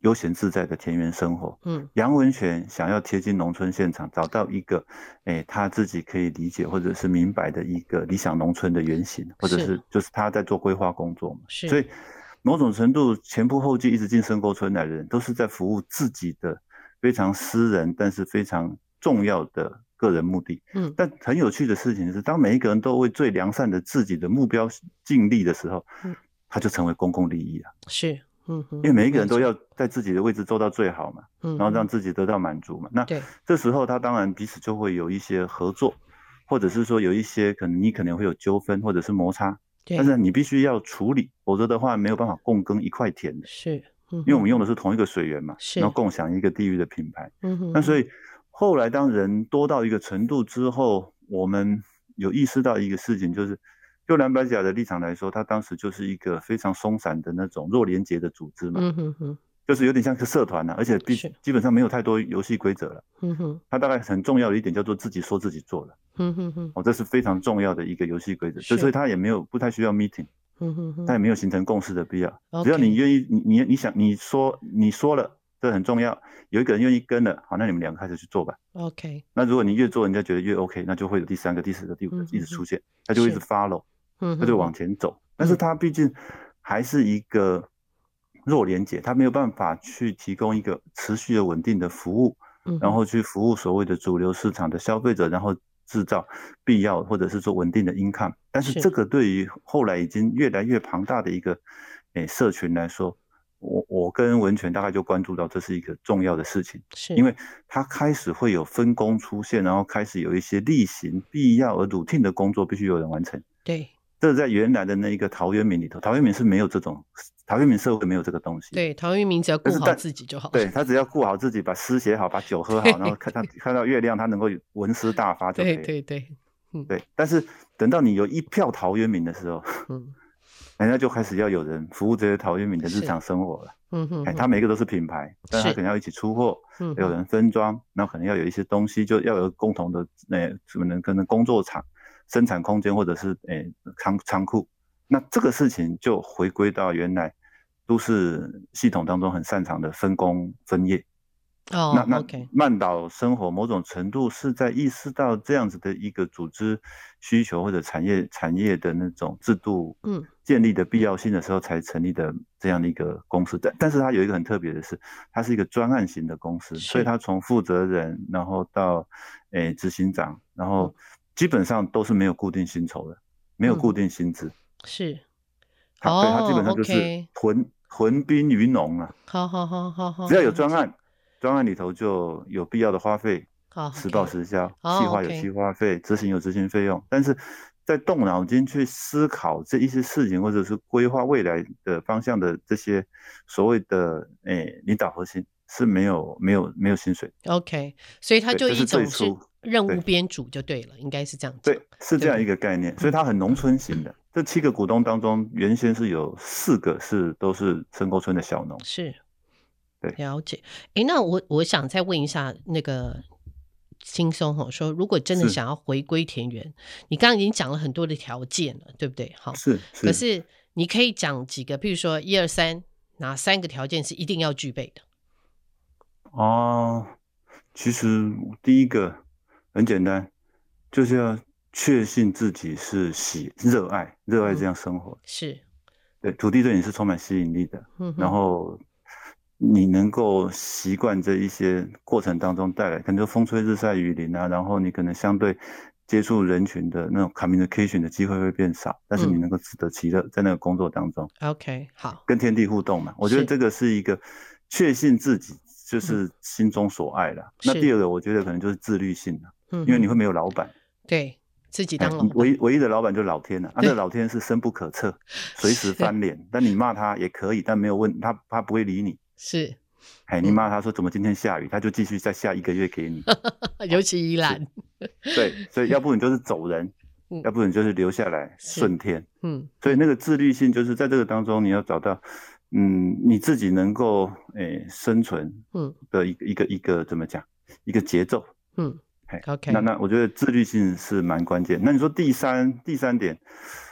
悠闲自在的田园生活。
嗯
杨文全想要贴近农村现场，找到一个，诶、他自己可以理解或者是明白的一个理想农村的原型，或者
是
是就是他在做规划工作嘛。
是
所以某种程度前仆后继一直进深沟村来的人，都是在服务自己的非常私人但是非常重要的个人目的。
嗯
但很有趣的事情是，当每一个人都为最良善的自己的目标尽力的时候
嗯，
他就成为公共利益了。
是，嗯哼，
因为每一个人都要在自己的位置做到最好嘛，
嗯哼，
然后让自己得到满足嘛。那
对
这时候他当然彼此就会有一些合作，或者是说有一些可能你可能会有纠纷或者是摩擦，
对
但是你必须要处理，否则的话没有办法共耕一块田的，
是，嗯因
因为我们用的是同一个水源嘛，
是
然后共享一个地域的品牌。
嗯哼，
那所
以
以后来当人多到一个程度之后，我们有意识到一个事情，就是就蓝白甲的立场来说，他当时就是一个非常松散的那种弱连结的组织嘛，
嗯哼哼，
就是有点像个社团啊呐、而且必
是
基本上没有太多游戏规则了。
嗯哼，
它大概很重要的一点叫做自己说自己做了，
嗯哼哼，
哦，这是非常重要的一个游戏规则，
是
所以所以它也没有不太需要 meeting，
嗯哼哼，
它也没有形成共识的必要。
OK
只要你愿意，你你你想你说你说了，这很重要，有一个人愿意跟了，好，那你们两个开始去做吧。
OK，
那如果你越做，人家觉得越 OK，那就会有第三个、第四个、第五个
嗯
一直
嗯
出现，他就会一直
是
follow，
嗯哼，
他就往前走。但是他毕竟还是一个弱连接，他没有办法去提供一个持续的稳定的服务，
嗯哼，
然后去服务所谓的主流市场的消费者，然后制造必要或者是说稳定的 income。但是
是
这个对于后来已经越来越庞大的一个诶社群来说，我我跟文泉大概就关注到这是一个重要的事情。
是
因为它开始会有分工出现，然后开始有一些例行必要而 routine 的工作必须有人完成。
对
这在原来的那一个陶渊明里头，陶渊明是没有这种，陶渊明社会没有这个东西。
对，陶渊明只要顾
但是
好
但
自己就好了，
对，他只要顾好自己，把诗写好，把酒喝好，然后看他看到月亮，他能够文思大发就可以
对
了。
对对，
对但是等到你有一票陶渊明的时候，
嗯
人家就开始要有人服务这些陶渊明的日
是
常生活了。
嗯哼
哎，
哼，
他每个都是品牌，但他
是
可能要一起出货，
嗯
要有
哼
人分装，那可能要有一些东西，就要有共同的呃，可能可能工作场、生产空间或者是呃仓仓库。那这个事情就回归到原来都市系统当中很擅长的分工分业。那
哦
那
，OK，
曼岛生活某种程度是在意识到这样子的一个组织需求或者产业产业的那种制度
嗯
建立的必要性的时候才成立的这样的一个公司。但但是它有一个很特别的是，它是一个专案型的公司，
是
所以它从负责人然后到诶执行长，然后基本上都是没有固定薪酬的，没有
嗯
固定薪资。
是，
它对它基本
哦
上就是
，OK，哦
屯屯兵于农了、
好好好好好，
只要有
好
专案，专案里头就有必要的花费，
好
实
OK
报实销，
哦
计划有
OK
计划费，执行有执行费用。但是在动脑筋去思考这一些事情，或者是规划未来的方向的这些所谓的诶、领导核心是没有没有没有薪水，
OK，所以他
对
就
这
一
是最
种是
初
任务
对
编组就对了，应该是这样讲
对，是这样一个概念，所以它很农村型的。这七个股东当中，原先是有四个是都是深沟村的小农，
是，
对
了解。诶，那我我想再问一下那个轻松哈，说如果真的
是
想要回归田园，你刚刚已经讲了很多的条件了，对不对？好，
是
哦可
是
是你可以讲几个，譬如说一二三，哪三个条件是一定要具备的？
哦，其实第一个很简单，就是要确信自己是喜热爱
嗯
热爱这样生活。
是，
对，土地对你是充满吸引力的，
嗯哼，
然后你能够习惯这一些过程当中带来，可能就风吹日晒雨淋啊，然后你可能相对接触人群的那种 communication 的机会会变少，但是你
嗯
能够自得其乐，在那个工作当中
OK 好，
跟天地互动嘛，我觉得
是嗯
这个是一个确信自己就是心中所爱了。那
是
第二个，我觉得可能就是自律性了，
嗯哼，
因为你会没有老板。
对自己
哎
当老板
唯一唯一的老板就是老天了、啊，
对
这个老天是深不 可测，随时翻脸。但你骂他也可以，但没有问他，他不会理你。
是，
哎，
嗯
你骂他说怎么今天下雨，他就继续再下一个月给你。
尤其依兰，
对， 所以要不你就是走人
嗯，
要不你就是留下来
是
顺天。
嗯
所以那个自律性就是在这个当中，你要找到，嗯，你自己能够诶、生存
嗯
的一个一个一个怎么讲，一个节奏。
嗯
哎
，OK，
那那我觉得自律性是蛮关键。那你说第三第三点，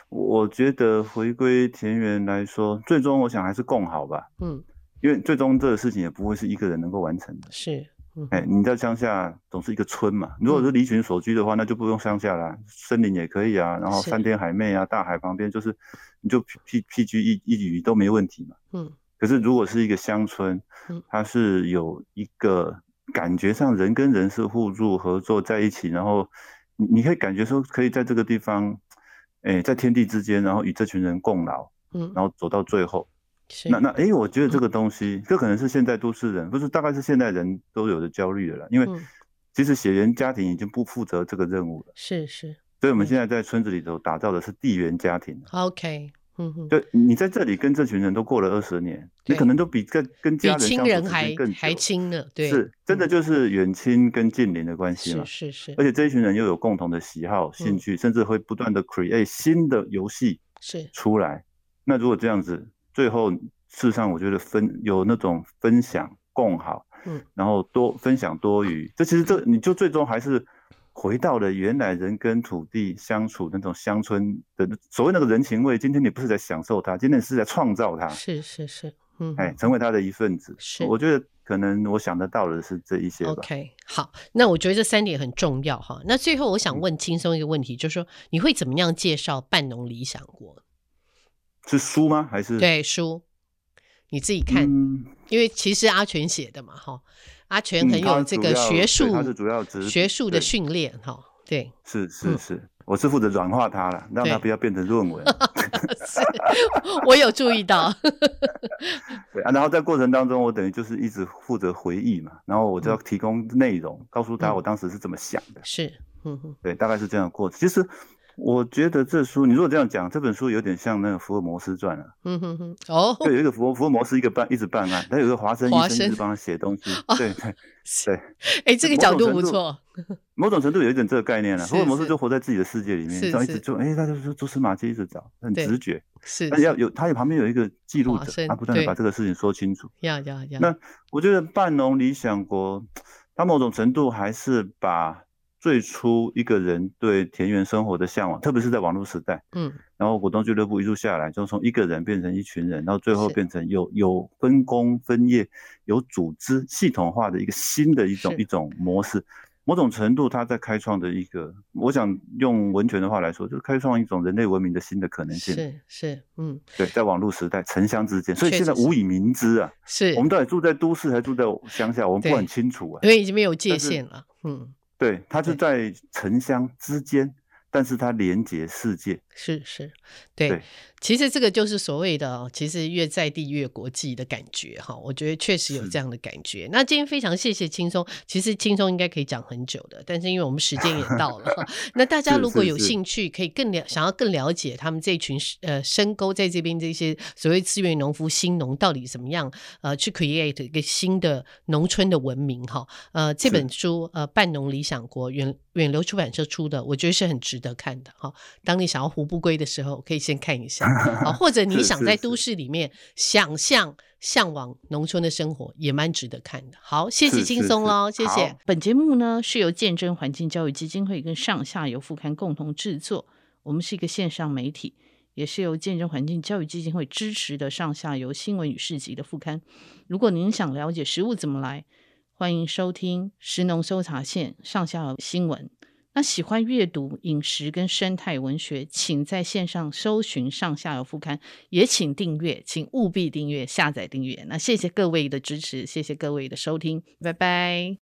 我我觉得回归田园来说，最终我想还是共好吧，
嗯
因为最终这个事情也不会是一个人能够完成的。
是，嗯
哎，你在乡下总是一个村嘛，如果是离群索居的话，那就不用乡下啦，森林也可以啊，然后
是
山巅海媚啊，大海旁边就是，你就 P P P G 一一隅都没问题嘛。
嗯
可是如果是一个乡村
嗯，
它是有一个感觉上人跟人是互助合作在一起，然后你你可以感觉说可以在这个地方，哎，在天地之间，然后与这群人共劳，
嗯，
然后走到最后。
是
那那哎，我觉得
嗯
这个东西，这可能是现代都市人，不是大概是现代人都有的焦虑了啦，因为
嗯
其实血缘家庭已经不负责这个任务了，
是是
所以我们
没
现在在村子里头打造的是地缘家庭。
OK，嗯哼，
就你在这里跟这群人都过了二十年，你
对
可能都比跟跟
比
家人
亲
相处
人
时间
还
更
还
久
亲呢，对，
是真的
嗯
就是远亲跟近邻的关系嘛
是。嗯是是
而且这一群人又有共同的喜好、兴趣，甚至会不断的 create 新的游戏
是，
出来。那如果这样子，最后事实上我觉得分有那种分享共好，
嗯，
然后多分享多余，这其实这你就最终还是回到了原来人跟土地相处那种乡村的所谓那个人情味。今天你不是在享受它，今天你是在创造它，
是是是，嗯
啊哎，
哼
成为它的一份子。
是
我觉得可能我想得到的是这一些吧。嗯
OK，好，那我觉得这三点很重要哈。那最后我想问轻松一个问题，就是说你会怎么样介绍《半农理想国》
是书吗？还是？
对书？你自己看，
嗯，
因为其实阿全写的嘛哈，阿全
嗯
很有
他
这
主
个
要
学
对
术，
他是主要职
学术的
对
训练哈。对，
是
嗯
是是，我是负责软化它了，让
对
它不要变成论文。
是我有注意到，
对啊，然后在过程当中，我等于就是一直负责回忆嘛，然后我就要提供内容，告诉他
嗯
我当时是怎么想的。
是，嗯哼，
对，大概是这样的过程。其实我觉得这书，你如果这样讲，这本书有点像那个福尔摩斯传啊，
嗯哼哼，哦，
就有一个福福尔摩斯一个办一直办案，但有一个华生
华
医生一
生。
直帮他写东西
哦
对对，
哎，这个角度不
某种程度
错，
某种程度有一点这个概念了、
是
福尔摩斯
是
就活在自己的世界里面，
是
这样一直
是
做，哎，他就是蛛丝马迹一直找，很
对
直觉。
是
但要有他有旁边有一个记录
华
者
生，
他不断的
对
把这个事情说清楚。
要要要，
那我觉得半农理想国，它某种程度还是把最初一个人对田园生活的向往，特别是在网络时代，
嗯，
然后股东俱乐部一路下来，就从一个人变成一群人，然后最后
是
变成有有分工分业、有组织、系统化的一个新的一种
是
一种模式。某种程度，它在开创的一个，我想用文权的话来说，就是开创一种人类文明的新的可能性。
是是，嗯，
对，在网络时代，城乡之间，所以
确
现在
实是
无以明之啊。
是
我，们到底住在都市还是住在乡下，我们
对
不很清楚啊
因。为已经没有界
但是
限了，嗯，
对，它就
对
在城乡之间，但是它连接世界。
是是，对，
对
其实这个就是所谓的哦，其实越在地越国际的感觉哈，我觉得确实有
是
这样的感觉。那今天非常谢谢轻松，其实轻松应该可以讲很久的，但是因为我们时 间也到了哈，那大家
是
如果
是
有
是
兴趣，可以更了想要更了解他们这群呃深沟在这边这些所谓资源农夫新农到底怎么样呃去 create 一个新的农村的文明哈，呃这
是
本书呃《半农理想国》远远流出版社出的，我觉得是很值得看的哈。当你想要胡不归的时候，可以先看一下 啊，或者你
是
想
是
在
是
都市里面想象向往农村的生活，也蛮值得看的。好，谢谢
是
轻
是
松
是
喽，谢谢
好。
本节目呢是由见证环境教育基金会跟上下游副刊共同制作，我们是一个线上媒体，也是由见证环境教育基金会支持的上下游新闻与市集的副刊。如果您想了解食物怎么来，
欢迎收听《食农搜查线》上下游新闻。那喜欢阅读饮食跟生态文学，请在线上搜寻上下游副刊，也请订阅，请务必订阅、下载订阅。那谢谢各位的支持，谢谢各位的收听，拜拜。